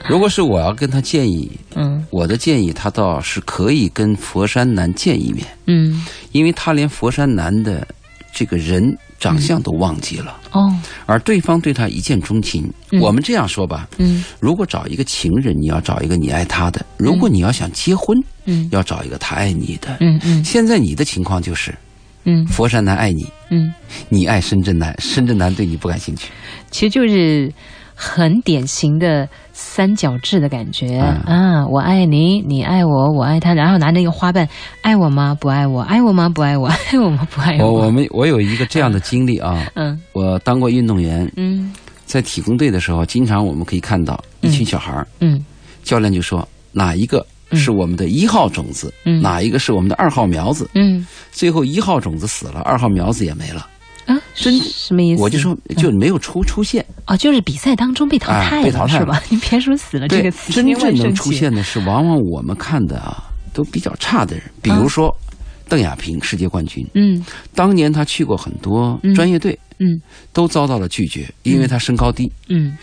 [SPEAKER 2] 如果是我要跟她建议，
[SPEAKER 1] 嗯
[SPEAKER 2] 我的建议她倒是可以跟佛山男见一面，
[SPEAKER 1] 嗯
[SPEAKER 2] 因为她连佛山男的这个人长相都忘记了，
[SPEAKER 1] 哦
[SPEAKER 2] 而对方对她一见钟情。
[SPEAKER 1] 嗯
[SPEAKER 2] 我们这样说吧，
[SPEAKER 1] 嗯
[SPEAKER 2] 如果找一个情人，你要找一个你爱他的；如果你要想结婚，
[SPEAKER 1] 嗯
[SPEAKER 2] 要找一个他爱你的。
[SPEAKER 1] 嗯嗯
[SPEAKER 2] 现在你的情况就是
[SPEAKER 1] 嗯
[SPEAKER 2] 佛山男爱你，
[SPEAKER 1] 嗯，
[SPEAKER 2] 你爱深圳男，深圳男对你不感兴趣。
[SPEAKER 1] 其实就是很典型的三角制的感觉、
[SPEAKER 2] 哎
[SPEAKER 1] 啊！我爱你，你爱我，我爱他，然后拿那个花瓣，爱我吗？不爱我，爱我吗？不爱我， 爱我吗？不爱
[SPEAKER 2] 我
[SPEAKER 1] 我。
[SPEAKER 2] 我们我有一个这样的经历 啊，
[SPEAKER 1] 嗯
[SPEAKER 2] 我当过运动员，
[SPEAKER 1] 嗯
[SPEAKER 2] 在体工队的时候，经常我们可以看到一群小孩儿，
[SPEAKER 1] 嗯
[SPEAKER 2] 教练就说哪一个是我们的一号种子，
[SPEAKER 1] 嗯
[SPEAKER 2] 哪一个是我们的二号苗子。
[SPEAKER 1] 嗯
[SPEAKER 2] 最后一号种子死了，二号苗子也没了，
[SPEAKER 1] 啊，真什么意思？嗯
[SPEAKER 2] 我就说就没有出出现。
[SPEAKER 1] 哦，就是比赛当中被淘汰了，
[SPEAKER 2] 啊被淘汰
[SPEAKER 1] 是
[SPEAKER 2] 了
[SPEAKER 1] 吧？ 您别说死了啊这
[SPEAKER 2] 对，
[SPEAKER 1] 个词，
[SPEAKER 2] 真
[SPEAKER 1] 今天
[SPEAKER 2] 正
[SPEAKER 1] 万圣
[SPEAKER 2] 能
[SPEAKER 1] 节
[SPEAKER 2] 出现的是，往往我们看的啊，都比较差的人，比如说、邓亚萍世界冠军，
[SPEAKER 1] 嗯
[SPEAKER 2] 当年她去过很多专业队，
[SPEAKER 1] 嗯
[SPEAKER 2] 都遭到了拒绝，因为她身高低。
[SPEAKER 1] 嗯，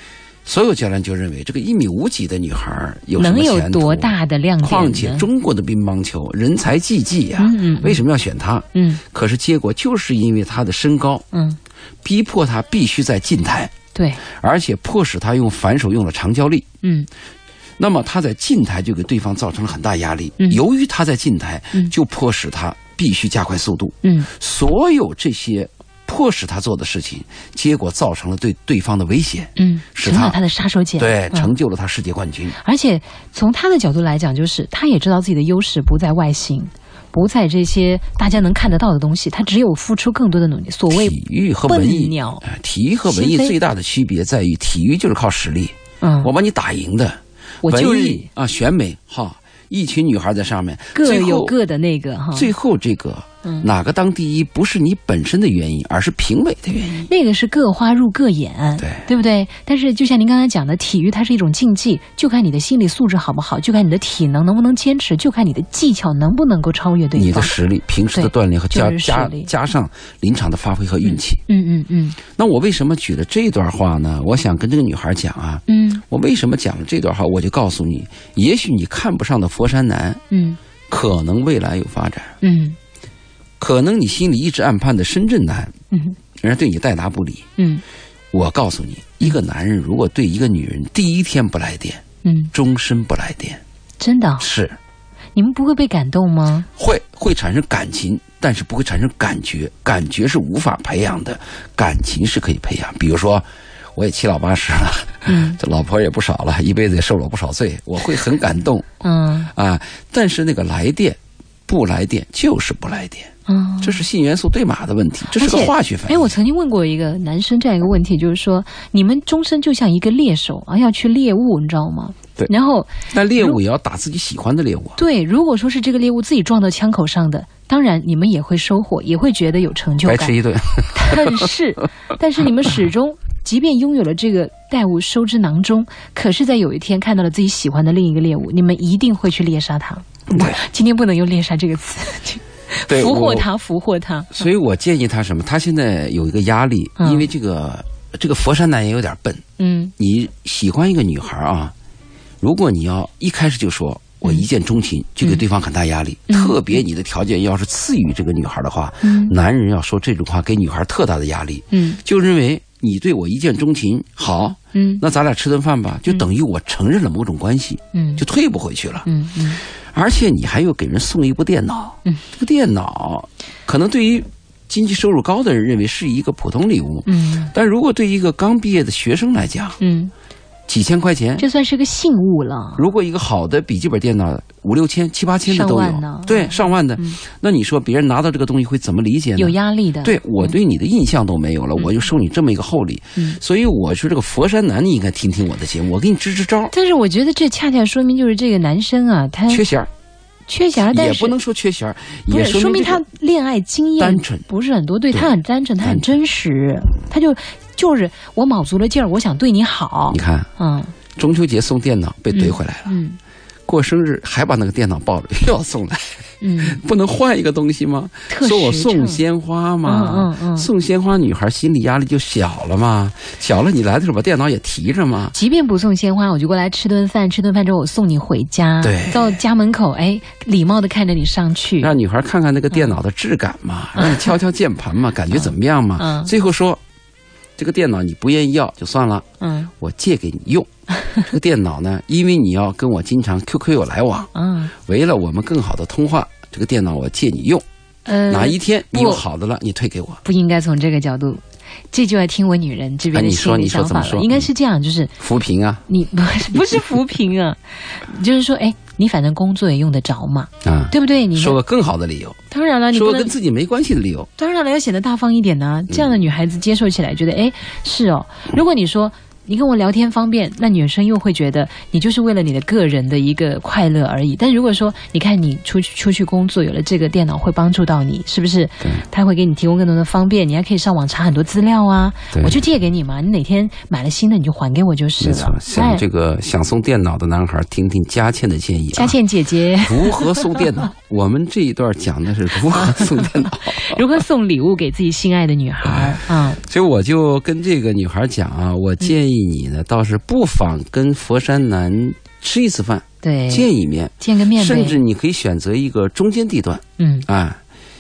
[SPEAKER 2] 所有教练就认为这个一米五几的女孩儿有什
[SPEAKER 1] 能
[SPEAKER 2] 么
[SPEAKER 1] 有
[SPEAKER 2] 前途？
[SPEAKER 1] 多？大的亮点呢？
[SPEAKER 2] 况且中国的乒乓球人才济济呀、
[SPEAKER 1] 嗯嗯嗯
[SPEAKER 2] 为什么要选她？
[SPEAKER 1] 嗯
[SPEAKER 2] 可是结果就是因为她的身高，
[SPEAKER 1] 嗯，
[SPEAKER 2] 逼迫她必须在近台，
[SPEAKER 1] 对，
[SPEAKER 2] 而且迫使她用反手用了长焦力。
[SPEAKER 1] 嗯
[SPEAKER 2] 那么他在近台就给对方造成了很大压力。
[SPEAKER 1] 嗯
[SPEAKER 2] 由于他在近台，
[SPEAKER 1] 嗯
[SPEAKER 2] 就迫使他必须加快速度。
[SPEAKER 1] 嗯
[SPEAKER 2] 所有这些迫使他做的事情，结果造成了对对方的威胁，
[SPEAKER 1] 嗯，
[SPEAKER 2] 是
[SPEAKER 1] 成了
[SPEAKER 2] 他
[SPEAKER 1] 他的杀手锏，
[SPEAKER 2] 对，
[SPEAKER 1] 嗯
[SPEAKER 2] 成就了他世界冠军。
[SPEAKER 1] 而且从他的角度来讲，就是他也知道自己的优势不在外形，不在这些大家能看得到的东西，他只有付出更多的努力。所谓
[SPEAKER 2] 体育和文
[SPEAKER 1] 笨
[SPEAKER 2] 艺
[SPEAKER 1] 鸟，
[SPEAKER 2] 哎体育和文艺
[SPEAKER 1] 心扉
[SPEAKER 2] 最大的区别在于，体育就是靠实力，
[SPEAKER 1] 嗯，
[SPEAKER 2] 我把你打赢的。
[SPEAKER 1] 我就
[SPEAKER 2] 文
[SPEAKER 1] 是
[SPEAKER 2] 艺啊，选美哈，一群女孩在上面，
[SPEAKER 1] 各
[SPEAKER 2] 最后
[SPEAKER 1] 有各的那个哈，
[SPEAKER 2] 最后这个
[SPEAKER 1] 嗯
[SPEAKER 2] 哪个当第一不是你本身的原因，而是评委的原因。
[SPEAKER 1] 那个是各花入各眼，
[SPEAKER 2] 对
[SPEAKER 1] 不对？但是就像您刚才讲的，体育它是一种竞技，就看你的心理素质好不好，就看你的体能能不能坚持，就看你的技巧能不能够超越对
[SPEAKER 2] 你的
[SPEAKER 1] 方。
[SPEAKER 2] 实力、平时的
[SPEAKER 1] 对
[SPEAKER 2] 锻炼和加
[SPEAKER 1] 就是实
[SPEAKER 2] 加
[SPEAKER 1] 力
[SPEAKER 2] 加上临场的发挥和运气。
[SPEAKER 1] 嗯嗯嗯
[SPEAKER 2] 那我为什么举了这段话呢？我想跟这个女孩讲啊，
[SPEAKER 1] 嗯
[SPEAKER 2] 我为什么讲了这段话？我就告诉你，也许你看不上的佛山男，
[SPEAKER 1] 嗯
[SPEAKER 2] 可能未来有发展；
[SPEAKER 1] 嗯
[SPEAKER 2] 可能你心里一直暗盼的深圳男，
[SPEAKER 1] 嗯
[SPEAKER 2] 人家对你带答不理。
[SPEAKER 1] 嗯
[SPEAKER 2] 我告诉你，一个男人如果对一个女人第一天不来电，
[SPEAKER 1] 嗯，
[SPEAKER 2] 终身不来电，
[SPEAKER 1] 真的，啊
[SPEAKER 2] 是
[SPEAKER 1] 你们不会被感动吗？
[SPEAKER 2] 会会产生感情，但是不会产生感觉，感觉是无法培养的，感情是可以培养。比如说，我也七老八十了，
[SPEAKER 1] 嗯
[SPEAKER 2] 这老婆也不少了，一辈子也受了不少罪，我会很感 动
[SPEAKER 1] 嗯
[SPEAKER 2] 啊。但是那个来电，不来电就是不来电，
[SPEAKER 1] 嗯。
[SPEAKER 2] 这是性元素对码的问题，这是
[SPEAKER 1] 而
[SPEAKER 2] 个
[SPEAKER 1] 且
[SPEAKER 2] 化学反
[SPEAKER 1] 哎，
[SPEAKER 2] 应。
[SPEAKER 1] 我曾经问过一个男生这样一个问题，就是说，你们终身就像一个猎手啊，要去猎物，你知道吗？
[SPEAKER 2] 对
[SPEAKER 1] 然后
[SPEAKER 2] 但猎物也要打自己喜欢的猎物啊。
[SPEAKER 1] 对，如果说是这个猎物自己撞到枪口上的，当然你们也会收获，也会觉得有成就
[SPEAKER 2] 白
[SPEAKER 1] 感
[SPEAKER 2] 吃。一 顿，
[SPEAKER 1] 但 是，但是你们始终，即便拥有了这个带物收之囊中，可是，在有一天看到了自己喜欢的另一个猎物，你们一定会去猎杀它。
[SPEAKER 2] 对
[SPEAKER 1] 今天不能用猎杀这个词，
[SPEAKER 2] 对
[SPEAKER 1] 俘获
[SPEAKER 2] 我
[SPEAKER 1] 它，俘获它。
[SPEAKER 2] 所以我建议他什么？他现在有一个压力，
[SPEAKER 1] 嗯
[SPEAKER 2] 因为这个这个佛山男也有点笨。
[SPEAKER 1] 嗯
[SPEAKER 2] 你喜欢一个女孩啊，如果你要一开始就说我一见钟情，就给对方很大压力。特别你的条件要是次于这个女孩的话，
[SPEAKER 1] 嗯
[SPEAKER 2] 男人要说这种话给女孩特大的压力，
[SPEAKER 1] 嗯
[SPEAKER 2] 就认为你对我一见钟情好，
[SPEAKER 1] 嗯
[SPEAKER 2] 那咱俩吃顿饭吧，就等于我承认了某种关系，
[SPEAKER 1] 嗯
[SPEAKER 2] 就退不回去了。
[SPEAKER 1] 嗯嗯
[SPEAKER 2] 而且你还要给人送一部电脑，
[SPEAKER 1] 嗯
[SPEAKER 2] 这个电脑可能对于经济收入高的人认为是一个普通礼物，
[SPEAKER 1] 嗯
[SPEAKER 2] 但如果对一个刚毕业的学生来讲，
[SPEAKER 1] 嗯，
[SPEAKER 2] 几千块钱，
[SPEAKER 1] 这算是个信物了。
[SPEAKER 2] 如果一个好的笔记本电脑五六千、七八千的
[SPEAKER 1] 上
[SPEAKER 2] 都
[SPEAKER 1] 万呢嗯
[SPEAKER 2] 有，对，上万的，那你说别人拿到这个东西会怎么理解呢？
[SPEAKER 1] 有压力的，
[SPEAKER 2] 对我对你的印象都没有了，我就收你这么一个厚礼，
[SPEAKER 1] 嗯
[SPEAKER 2] 所以我说这个佛山男，你应该听听我的节目，我给你支支招，
[SPEAKER 1] 但是我觉得这恰恰说明，就是这个男生啊，他
[SPEAKER 2] 缺弦儿
[SPEAKER 1] 缺钱，啊但
[SPEAKER 2] 也
[SPEAKER 1] 是
[SPEAKER 2] 不能说缺弦儿，
[SPEAKER 1] 不
[SPEAKER 2] 也
[SPEAKER 1] 是说明
[SPEAKER 2] 这个
[SPEAKER 1] 他恋爱经验
[SPEAKER 2] 单纯
[SPEAKER 1] 不是很多，对
[SPEAKER 2] 对嗯
[SPEAKER 1] 他很单纯，他很
[SPEAKER 2] 单
[SPEAKER 1] 真实，他就就是我卯足了劲儿，我想对你好
[SPEAKER 2] 你，看
[SPEAKER 1] 嗯
[SPEAKER 2] 中秋节送电脑被怼回来了，
[SPEAKER 1] 嗯
[SPEAKER 2] 过生日还把那个电脑抱着又要送来，
[SPEAKER 1] 嗯，
[SPEAKER 2] 不能换一个东西吗？
[SPEAKER 1] 特
[SPEAKER 2] 说我
[SPEAKER 1] 实
[SPEAKER 2] 送
[SPEAKER 1] 诚
[SPEAKER 2] 鲜花嘛，
[SPEAKER 1] 嗯嗯嗯
[SPEAKER 2] 送鲜花，女孩心理压力就小了嘛，小了你来的时候把电脑也提着嘛，
[SPEAKER 1] 即便不送鲜花，我就过来吃顿饭，吃顿饭之后我送你回家，
[SPEAKER 2] 对
[SPEAKER 1] 到家门口，哎，礼貌的看着你上去，
[SPEAKER 2] 让女孩看看那个电脑的质感嘛，让你敲敲键盘嘛，感觉怎么样嘛，
[SPEAKER 1] 嗯
[SPEAKER 2] 最后说，这个电脑你不愿意要就算了，
[SPEAKER 1] 嗯
[SPEAKER 2] 我借给你 用。这个电脑呢，因为你要跟我经常 QQ 有来往，
[SPEAKER 1] 嗯
[SPEAKER 2] 为了我们更好的通话，这个电脑我借你用，
[SPEAKER 1] 呃，
[SPEAKER 2] 哪一天你有
[SPEAKER 1] 不
[SPEAKER 2] 好的了，你退给我。
[SPEAKER 1] 不应该从这个角度，这就要听我女人这边
[SPEAKER 2] 哎
[SPEAKER 1] 的
[SPEAKER 2] 你说
[SPEAKER 1] 心理
[SPEAKER 2] 你说
[SPEAKER 1] 想
[SPEAKER 2] 怎么
[SPEAKER 1] 法了，
[SPEAKER 2] 说
[SPEAKER 1] 应该是这样，就是
[SPEAKER 2] 扶贫啊
[SPEAKER 1] 你不是不是扶贫啊，就是说，哎，你反正工作也用得着嘛，
[SPEAKER 2] 啊，
[SPEAKER 1] 对不对？你
[SPEAKER 2] 说个更好的理由，
[SPEAKER 1] 当然了，你
[SPEAKER 2] 说
[SPEAKER 1] 不
[SPEAKER 2] 个跟嗯
[SPEAKER 1] 能
[SPEAKER 2] 自己没关系的理由。
[SPEAKER 1] 当然了，要显得大方一点呢、这样的女孩子接受起来觉得，哎，是哦。如果你说你跟我聊天方便，那女生又会觉得你就是为了你的个人的一个快乐而已。但如果说你看你出去出去工作，有了这个电脑会帮助到你，是不是？
[SPEAKER 2] 对
[SPEAKER 1] 它会给你提供更多的方便，你还可以上网查很多资料啊。
[SPEAKER 2] 对
[SPEAKER 1] 我就借给你嘛，你哪天买了新的你就还给我就是
[SPEAKER 2] 没错
[SPEAKER 1] 了，。
[SPEAKER 2] 想
[SPEAKER 1] 哎
[SPEAKER 2] 这个想送电脑的男孩，听听佳倩的建议、啊。
[SPEAKER 1] 佳倩姐姐。
[SPEAKER 2] 如何送电脑？我们这一段讲的是如何送 电脑，
[SPEAKER 1] 如何送礼物给自己心爱的女孩儿？嗯
[SPEAKER 2] 所以我就跟这个女孩讲啊，我建议你呢，倒是不妨跟佛山男吃一次饭，
[SPEAKER 1] 对，
[SPEAKER 2] 见一面，
[SPEAKER 1] 见个哎面呗，
[SPEAKER 2] 甚至你可以选择一个中间地段
[SPEAKER 1] 嗯
[SPEAKER 2] 啊。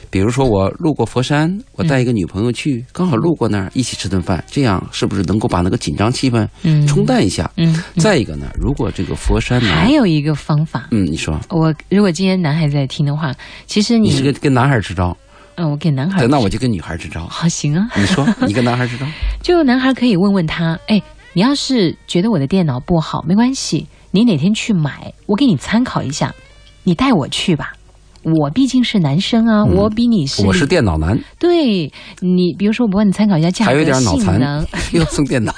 [SPEAKER 2] 比如说我路过佛山，我带一个女朋友去，
[SPEAKER 1] 嗯
[SPEAKER 2] 刚好路过那儿一起吃顿饭，这样是不是能够把那个紧张气氛
[SPEAKER 1] 嗯
[SPEAKER 2] 冲淡一下？
[SPEAKER 1] 嗯。
[SPEAKER 2] 再一个呢，如果这个佛山
[SPEAKER 1] 还
[SPEAKER 2] 男，
[SPEAKER 1] 有一个方法，
[SPEAKER 2] 嗯，你说
[SPEAKER 1] 我如果今天男孩子在听的话，其实
[SPEAKER 2] 你
[SPEAKER 1] 你
[SPEAKER 2] 是跟跟男孩支招，
[SPEAKER 1] 嗯，我给男孩
[SPEAKER 2] 对
[SPEAKER 1] 儿
[SPEAKER 2] 那我就跟女孩支招。
[SPEAKER 1] 好行啊，
[SPEAKER 2] 你 说你跟男孩支招，
[SPEAKER 1] 就男孩可以问问他，哎，你要是觉得我的电脑不好，没关系，你哪天去买，我给你参考一下，你带我去吧。我毕竟是男生啊，我比你是，
[SPEAKER 2] 嗯我是电 脑男，
[SPEAKER 1] 对你，比如说我帮你参考一下价
[SPEAKER 2] 还有
[SPEAKER 1] 格、
[SPEAKER 2] 点脑
[SPEAKER 1] 性
[SPEAKER 2] 残
[SPEAKER 1] 能，，
[SPEAKER 2] 又蹭电脑，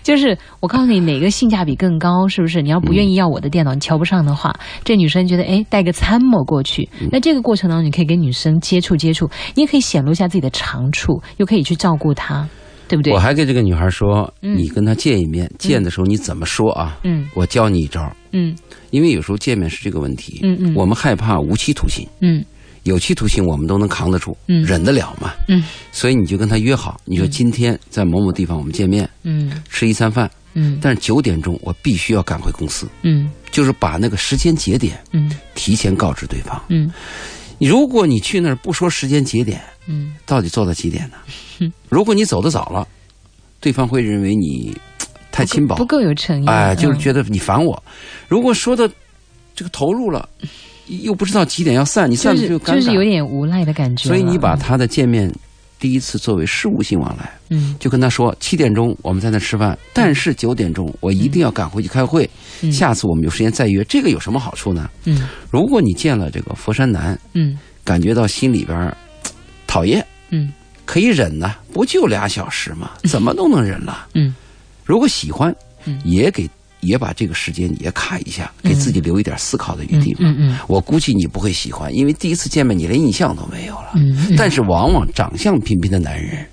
[SPEAKER 1] 就是我告诉你哪个性价比更高，是不是？你要不愿意要我的电脑，你瞧不上的话，这女生觉得哎，带个参谋过去，
[SPEAKER 2] 嗯
[SPEAKER 1] 那这个过程当中，你可以跟女生接触接触，你也可以显露一下自己的长处，又可以去照顾她，对不 对
[SPEAKER 2] 我？还跟这个女孩说，
[SPEAKER 1] 嗯
[SPEAKER 2] 你跟她见一面，见的时候你怎么说啊？
[SPEAKER 1] 嗯
[SPEAKER 2] 我教你一招，
[SPEAKER 1] 嗯
[SPEAKER 2] 因为有时候见面是这个问题，
[SPEAKER 1] 嗯嗯
[SPEAKER 2] 我们害怕无期徒刑，
[SPEAKER 1] 嗯
[SPEAKER 2] 有期徒刑我们都能扛得住，
[SPEAKER 1] 嗯
[SPEAKER 2] 忍得了嘛，
[SPEAKER 1] 嗯
[SPEAKER 2] 所以你就跟她约好，你说今天在某某地方我们见面
[SPEAKER 1] 嗯
[SPEAKER 2] 吃一餐饭，
[SPEAKER 1] 嗯
[SPEAKER 2] 但是九点钟我必须要赶回公司，
[SPEAKER 1] 嗯
[SPEAKER 2] 就是把那个时间节点
[SPEAKER 1] 嗯
[SPEAKER 2] 提前告知对方。
[SPEAKER 1] 嗯
[SPEAKER 2] 如果你去那儿不说时间节点，
[SPEAKER 1] 嗯
[SPEAKER 2] 到底做到几点呢
[SPEAKER 1] 嗯？
[SPEAKER 2] 如果你走得早了，对方会认为你嘖太轻薄
[SPEAKER 1] 不，够有诚意，
[SPEAKER 2] 哎，就
[SPEAKER 1] 嗯
[SPEAKER 2] 是觉得你烦我。如果说的这个投入了，又不知道几点要散，你散
[SPEAKER 1] 就
[SPEAKER 2] 了
[SPEAKER 1] 是
[SPEAKER 2] 尴尬。
[SPEAKER 1] 就是有点无赖的感觉了。
[SPEAKER 2] 所以你把他的见面第一次作为事务性往来，
[SPEAKER 1] 嗯
[SPEAKER 2] 就跟他说七点钟我们在那吃饭，但是九点钟我一定要赶回去开会，
[SPEAKER 1] 嗯
[SPEAKER 2] 下次我们有时间再约。这个有什么好处呢？
[SPEAKER 1] 嗯
[SPEAKER 2] 如果你见了这个佛山男，
[SPEAKER 1] 嗯
[SPEAKER 2] 感觉到心里边儿嘖讨厌。
[SPEAKER 1] 嗯
[SPEAKER 2] 可以忍呐，不就俩小时嘛，怎么都能忍了。
[SPEAKER 1] 嗯
[SPEAKER 2] 如果喜欢
[SPEAKER 1] 嗯，
[SPEAKER 2] 也给也把这个时间也卡一下，给自己留一点思考的余地
[SPEAKER 1] 嗯
[SPEAKER 2] 嘛。
[SPEAKER 1] 嗯
[SPEAKER 2] 我估计你不会喜欢，因为第一次见面你连印象都没有了。
[SPEAKER 1] 嗯嗯
[SPEAKER 2] 但是往往长相平平的男人，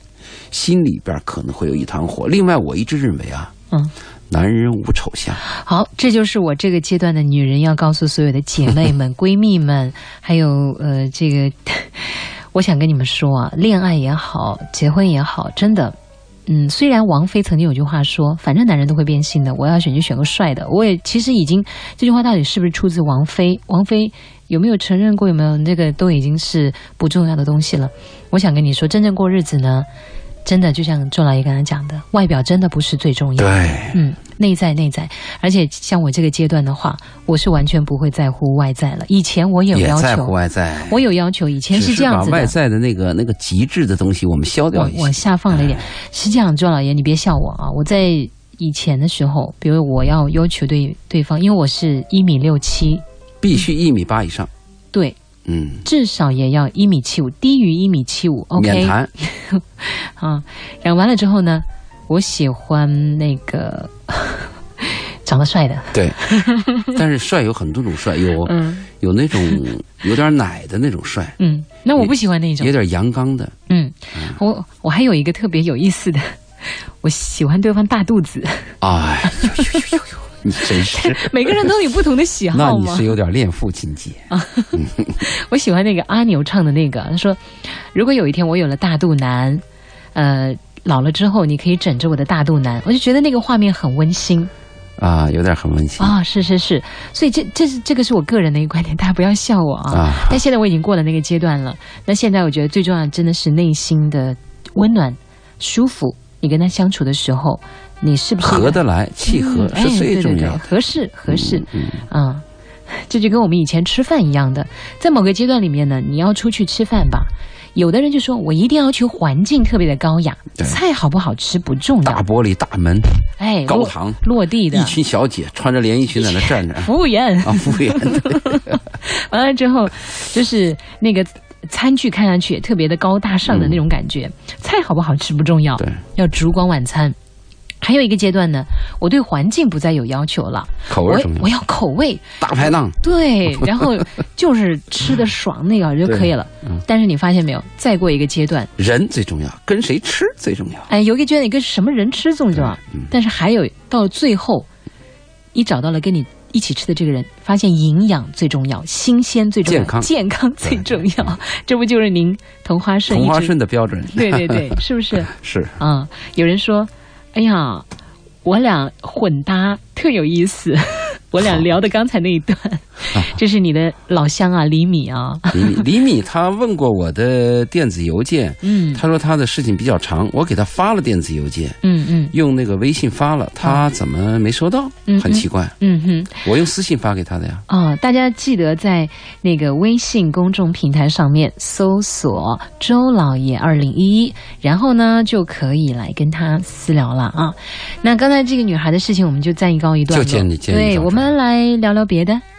[SPEAKER 2] 心里边可能会有一团火。另外，我一直认为啊，
[SPEAKER 1] 嗯。
[SPEAKER 2] 男人无丑相，
[SPEAKER 1] 好，这就是我这个阶段的女人要告诉所有的姐妹们、 闺蜜们，还有呃，这个， 我想跟你们说啊，恋爱也好，结婚也好，真的。嗯，虽然王菲曾经有句话说，反正男人都会变性的，我要选就选个帅的。我也其实已经，这句话到底是不是出自王菲？王菲有没有承认过？有没有那个都已经是不重要的东西了。我想跟你说，真正过日子呢，真的就像周老爷刚才讲的，外表真的不是最重要的。
[SPEAKER 2] 对，
[SPEAKER 1] 嗯，内在内在，而且像我这个阶段的话，我是完全不会在乎外在了。以前我有
[SPEAKER 2] 也
[SPEAKER 1] 要
[SPEAKER 2] 在乎
[SPEAKER 1] 求，
[SPEAKER 2] 外在。
[SPEAKER 1] 我有要求，以前
[SPEAKER 2] 只
[SPEAKER 1] 这样
[SPEAKER 2] 把
[SPEAKER 1] 子
[SPEAKER 2] 外
[SPEAKER 1] 的。
[SPEAKER 2] 在的那个那个极致的东西，我们消掉
[SPEAKER 1] 我
[SPEAKER 2] 一
[SPEAKER 1] 我
[SPEAKER 2] 些。哎
[SPEAKER 1] 下放了一点，是这样，周老爷，你别笑我啊！我在以前的时候，比如我要要求对对方，因为我是一米六七，
[SPEAKER 2] 必须一米八以上，
[SPEAKER 1] 对，
[SPEAKER 2] 嗯，
[SPEAKER 1] 至少也要一米七五，低于一米七五
[SPEAKER 2] 免
[SPEAKER 1] ，OK
[SPEAKER 2] 谈。
[SPEAKER 1] 啊。然后完了之后呢，我喜欢那个 长得帅的，
[SPEAKER 2] 对， 但是帅有很多种帅，有
[SPEAKER 1] 嗯
[SPEAKER 2] 有那种有点奶的那种帅，
[SPEAKER 1] 嗯，那我不喜欢那种
[SPEAKER 2] 有。点阳刚的，
[SPEAKER 1] 嗯，我我还有一个特别有意思的， 我喜欢对方大肚子。
[SPEAKER 2] 哎呦呦呦呦呦，你真是，
[SPEAKER 1] 每个人都有不同的喜
[SPEAKER 2] 那
[SPEAKER 1] 好
[SPEAKER 2] 你
[SPEAKER 1] 嘛
[SPEAKER 2] 是。有点恋父情结。
[SPEAKER 1] 我喜欢那个阿牛唱的那个，他说：“如果有一天我有了大肚腩，呃，老了之后你可以枕着我的大肚腩。”我就觉得那个画面很温馨
[SPEAKER 2] 啊，有点很温馨
[SPEAKER 1] 啊、是是是，所以这这是这个是我个人的一个观点，大家不要笑我啊。
[SPEAKER 2] 啊。
[SPEAKER 1] 但现在我已经过了那个阶段了。那现在我觉得最重要的真的是内心的温暖、舒服。你跟他相处的时候，你是不是
[SPEAKER 2] 合得来，契合
[SPEAKER 1] 嗯
[SPEAKER 2] 是
[SPEAKER 1] 哎
[SPEAKER 2] 最
[SPEAKER 1] 对
[SPEAKER 2] 重
[SPEAKER 1] 对对
[SPEAKER 2] 要的。
[SPEAKER 1] 合适合适
[SPEAKER 2] 嗯，
[SPEAKER 1] 啊、这就跟我们以前吃饭一样的，在某个阶段里面呢，你要出去吃饭吧。有的人就说我一定要求环境特别的高雅，
[SPEAKER 2] 对
[SPEAKER 1] 菜好不好吃不重
[SPEAKER 2] 大
[SPEAKER 1] 要，
[SPEAKER 2] 玻璃、大门、
[SPEAKER 1] 哎，
[SPEAKER 2] 高
[SPEAKER 1] 落
[SPEAKER 2] 堂，
[SPEAKER 1] 落地的
[SPEAKER 2] 一群小姐穿着连衣裙在那站着
[SPEAKER 1] 服务员，
[SPEAKER 2] 啊，服务员对
[SPEAKER 1] 完了之后就是那个餐具看上去也特别的高大上的那种感觉，菜好不好吃不重要，
[SPEAKER 2] 对
[SPEAKER 1] 要烛光晚餐。还有一个阶段呢，我对环境不再有要求了，
[SPEAKER 2] 口
[SPEAKER 1] 我
[SPEAKER 2] 味重要
[SPEAKER 1] 我。要口味，
[SPEAKER 2] 大排档，
[SPEAKER 1] 对，然后就是吃的爽那个就可以了。
[SPEAKER 2] 嗯
[SPEAKER 1] 但是你发现没有，再过一个阶段，
[SPEAKER 2] 人最重要，跟谁吃最重要。嗯
[SPEAKER 1] 哎，有一个阶段你跟什么人吃重要，但是还有到最后，你找到了跟你一起吃的这个人，发现营养最重要，新鲜最重要，
[SPEAKER 2] 健康嗯
[SPEAKER 1] 最重要。这不就是您同花顺一
[SPEAKER 2] 同花
[SPEAKER 1] 直
[SPEAKER 2] 顺的标准
[SPEAKER 1] 对对对，是不是？
[SPEAKER 2] 是
[SPEAKER 1] 啊、有人说，哎呀，我俩混搭特有意思， 我俩聊的刚才那一段，
[SPEAKER 2] 啊
[SPEAKER 1] 这是你的老乡啊，李米啊，
[SPEAKER 2] 李 米，李米他问过我的电子邮件，
[SPEAKER 1] 嗯
[SPEAKER 2] 他说他的事情比较长，我给他发了电子邮件，
[SPEAKER 1] 嗯嗯
[SPEAKER 2] 用那个微信发了，他怎么没收到？
[SPEAKER 1] 嗯
[SPEAKER 2] 很奇怪，
[SPEAKER 1] 嗯哼，
[SPEAKER 2] 我用私信发给他的呀。
[SPEAKER 1] 啊、大家记得在那个微信公众平台上面搜索“周老爷二零一一”，然后呢就可以来跟他私聊了啊。那刚才这个女孩的事情，我们就暂告一段落，
[SPEAKER 2] 就建立建立到
[SPEAKER 1] 对，
[SPEAKER 2] 这儿
[SPEAKER 1] 我们来聊聊别的。
[SPEAKER 2] 啊
[SPEAKER 1] 嗯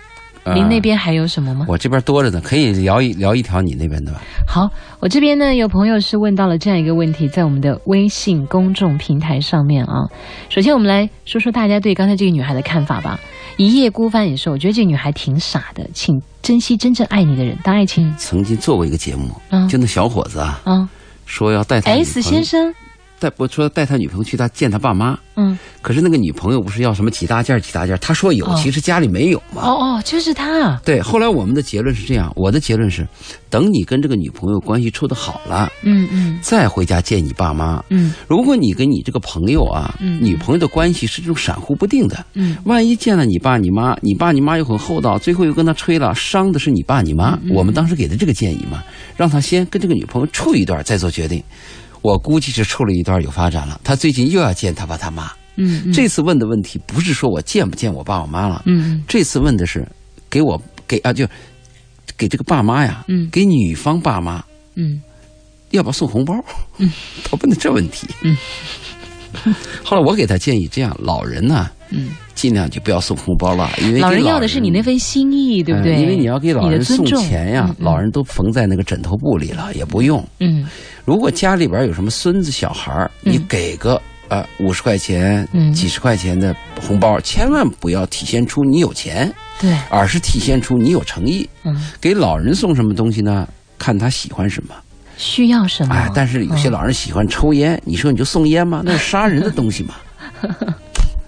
[SPEAKER 1] 您那边还有什么吗？
[SPEAKER 2] 我这边多着呢，可以聊一聊一条你那边的吧。
[SPEAKER 1] 好，我这边呢有朋友是问到了这样一个问题，在我们的微信公众平台上面啊。首先，我们来说说大家对刚才这个女孩的看法吧。一夜孤帆也是，我觉得这个女孩挺傻的，请珍惜真正爱你的人。当爱情
[SPEAKER 2] 曾经做过一个节目，
[SPEAKER 1] 嗯
[SPEAKER 2] 就那小伙子啊，
[SPEAKER 1] 啊
[SPEAKER 2] 说要带他女
[SPEAKER 1] ，S
[SPEAKER 2] 朋友
[SPEAKER 1] 先生，
[SPEAKER 2] 带我说带他女朋友去他见他爸妈，
[SPEAKER 1] 嗯，
[SPEAKER 2] 可是那个女朋友不是要什么几大件儿几大件儿，他说有，
[SPEAKER 1] 哦
[SPEAKER 2] 其实家里没有嘛。
[SPEAKER 1] 哦哦，就是他，
[SPEAKER 2] 对，后来我们的结论是这样，我的结论是，等你跟这个女朋友关系处的好了，
[SPEAKER 1] 嗯嗯
[SPEAKER 2] 再回家见你爸妈。
[SPEAKER 1] 嗯
[SPEAKER 2] 如果你跟你这个朋友啊，
[SPEAKER 1] 嗯
[SPEAKER 2] 女朋友的关系是这种闪忽不定的，
[SPEAKER 1] 嗯
[SPEAKER 2] 万一见了你爸你妈，你爸你妈又很厚道，最后又跟他吹了，伤的是你爸你妈。
[SPEAKER 1] 嗯
[SPEAKER 2] 我们当时给的这个建议嘛，让他先跟这个女朋友处一段，再做决定。我估计是处了一段有发展了，他最近又要见他爸他妈。
[SPEAKER 1] 嗯嗯，
[SPEAKER 2] 这次问的问题不是说我见不见我爸我妈了，
[SPEAKER 1] 嗯
[SPEAKER 2] 这次问的是给我给啊就给这个爸妈呀，
[SPEAKER 1] 嗯
[SPEAKER 2] 给女方爸妈
[SPEAKER 1] 嗯
[SPEAKER 2] 要不要送红包？
[SPEAKER 1] 嗯，
[SPEAKER 2] 他问的这问题。
[SPEAKER 1] 嗯，
[SPEAKER 2] 后来我给他建议这样，老人呢、
[SPEAKER 1] 嗯
[SPEAKER 2] 尽量就不要送红包了，因
[SPEAKER 1] 嗯，
[SPEAKER 2] 为给
[SPEAKER 1] 老人要的是你那份心意，对不对？
[SPEAKER 2] 嗯因为你要给老
[SPEAKER 1] 你
[SPEAKER 2] 人
[SPEAKER 1] 的尊
[SPEAKER 2] 送
[SPEAKER 1] 重
[SPEAKER 2] 钱呀、
[SPEAKER 1] 嗯嗯
[SPEAKER 2] 老人都缝在那个枕头布里了，也不用。
[SPEAKER 1] 嗯
[SPEAKER 2] 如果家里边有什么孙子小孩儿，
[SPEAKER 1] 嗯
[SPEAKER 2] 你给个呃五十块钱、
[SPEAKER 1] 嗯
[SPEAKER 2] 几十块钱的红包，千万不要体现出你有钱，
[SPEAKER 1] 对，
[SPEAKER 2] 而是体现出你有诚意。
[SPEAKER 1] 嗯，
[SPEAKER 2] 给老人送什么东西呢？看他喜欢什么。
[SPEAKER 1] 需要什么？
[SPEAKER 2] 哎，但是
[SPEAKER 1] 嗯
[SPEAKER 2] 有些老人喜欢抽烟，你说你就送烟吗？那是杀人的东 西嘛，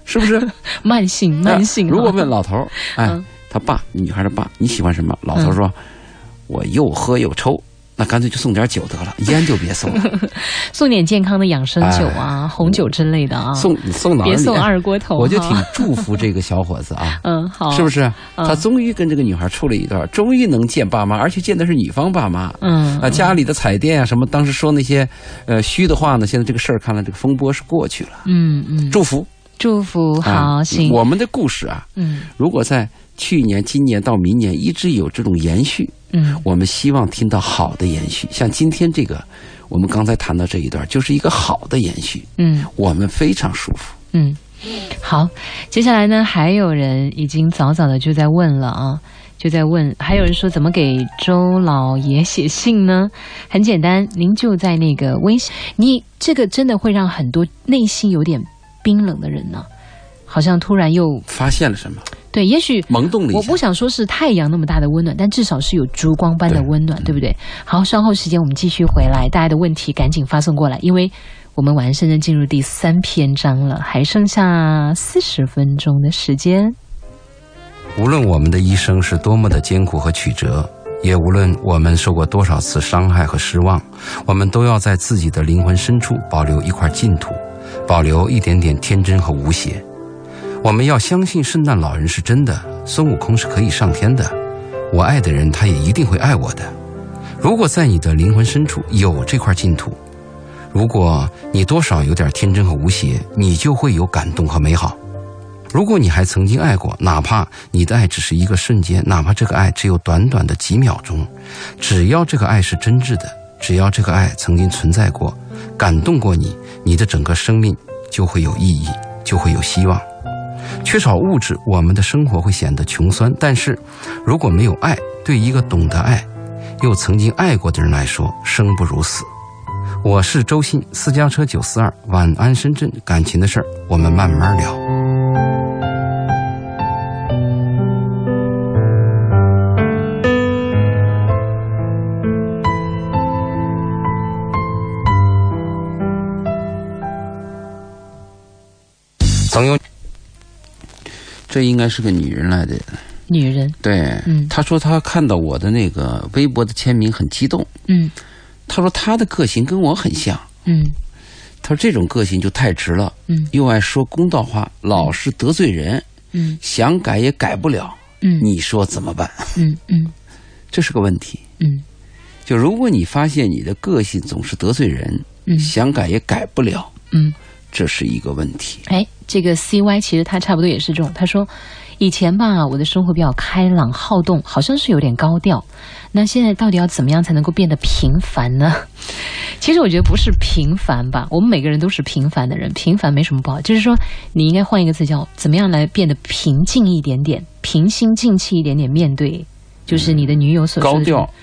[SPEAKER 2] 是不是？
[SPEAKER 1] 嗯慢性慢性
[SPEAKER 2] 哎
[SPEAKER 1] 啊，
[SPEAKER 2] 如果问老头儿，哎
[SPEAKER 1] 嗯，
[SPEAKER 2] 他爸，女孩的爸，你喜欢什么？老头说，我又喝又抽，那干脆就送点酒得了，烟就别送了，
[SPEAKER 1] 送点健康的养生酒啊、红酒之类的啊，
[SPEAKER 2] 哎送送老人
[SPEAKER 1] 别送
[SPEAKER 2] 礼
[SPEAKER 1] 二锅头哈。。
[SPEAKER 2] 我就挺祝福这个小伙子啊
[SPEAKER 1] 嗯好，
[SPEAKER 2] 是不
[SPEAKER 1] 是？
[SPEAKER 2] 是？
[SPEAKER 1] 嗯
[SPEAKER 2] 他终于跟这个女孩处了一段，终于能见爸妈，而且见的是女方爸妈。
[SPEAKER 1] 嗯
[SPEAKER 2] 啊，家里的彩电啊，什么当时说那些，呃，虚的话呢，现在这个事儿看来这个风波是过去了，
[SPEAKER 1] 嗯嗯，
[SPEAKER 2] 祝福。
[SPEAKER 1] 祝福
[SPEAKER 2] 啊
[SPEAKER 1] 好行，
[SPEAKER 2] 我们的故事啊，
[SPEAKER 1] 嗯
[SPEAKER 2] 如果在去年、今年到明年一直有这种延续，
[SPEAKER 1] 嗯
[SPEAKER 2] 我们希望听到好的延续。像今天这个，我们刚才谈到这一段，就是一个好的延续，
[SPEAKER 1] 嗯
[SPEAKER 2] 我们非常舒服。
[SPEAKER 1] 嗯，好，接下来呢，还有人已经早早的就在问了啊。就在问，还有人说怎么给周老爷写信呢？很简单，您就在那个微信，你这个真的会让很多内心有点冰冷的人呢、好像突然又
[SPEAKER 2] 发现了什么？
[SPEAKER 1] 对，也许
[SPEAKER 2] 萌动了一
[SPEAKER 1] 我
[SPEAKER 2] 下
[SPEAKER 1] 不。想说是太阳那么大的温暖，但至少是有烛光般的温暖，对不对？好，稍后时间我们继续回来，大家的问题赶紧发送过来，因为我们晚安深圳进入第三篇章了，还剩下四十分钟的时间。
[SPEAKER 4] 无论我们的一生是多么的艰苦和曲折，也无论我们受过多少次伤害和失望，我们都要在自己的灵魂深处保留一块净土，保留一点点天真和无邪。我们要相信圣诞老人是真的，孙悟空是可以上天的，我爱的人他也一定会爱我的。如果在你的灵魂深处有这块净土，如果你多少有点天真和无邪，你就会有感动和美好。如果你还曾经爱过，哪怕你的爱只是一个瞬间，哪怕这个爱只有短短的几秒钟，只要这个爱是真挚的，只要这个爱曾经存在过，感动过你，你的整个生命就会有意义，就会有希望。缺少物质，我们的生活会显得穷酸。但是，如果没有爱，对一个懂得爱，又曾经爱过的人来说，生不如死。我是周信，私家车九四二，晚安深圳，感情的事儿，我们慢慢聊。总有
[SPEAKER 2] 这应该是个女人来的，
[SPEAKER 1] 女人，
[SPEAKER 2] 对，
[SPEAKER 1] 嗯
[SPEAKER 2] 她说她看到我的那个微博的签名很激动，
[SPEAKER 1] 嗯
[SPEAKER 2] 她说她的个性跟我很像，
[SPEAKER 1] 嗯
[SPEAKER 2] 她说这种个性就太直了，
[SPEAKER 1] 嗯
[SPEAKER 2] 又爱说公道话，老是得罪人，
[SPEAKER 1] 嗯
[SPEAKER 2] 想改也改不了，
[SPEAKER 1] 嗯
[SPEAKER 2] 你说怎么办？
[SPEAKER 1] 嗯嗯
[SPEAKER 2] 这是个问题。
[SPEAKER 1] 嗯
[SPEAKER 2] 就如果你发现你的个性总是得罪人，
[SPEAKER 1] 嗯
[SPEAKER 2] 想改也改不了，
[SPEAKER 1] 嗯，
[SPEAKER 2] 这是一个问题。
[SPEAKER 1] 哎，这个 C Y 其实他差不多也是这种，他说以前吧，我的生活比较开朗、好动，好像是有点高调。那现在到底要怎么样才能够变得平凡呢？ 其实我觉得不是平凡吧，我们每个人都是平凡的人，平凡没什么不好。就是说，你应该换一个词叫怎么样来变得平静一点点，平心静气一点点面对，就是你的女友所说的
[SPEAKER 2] 高调，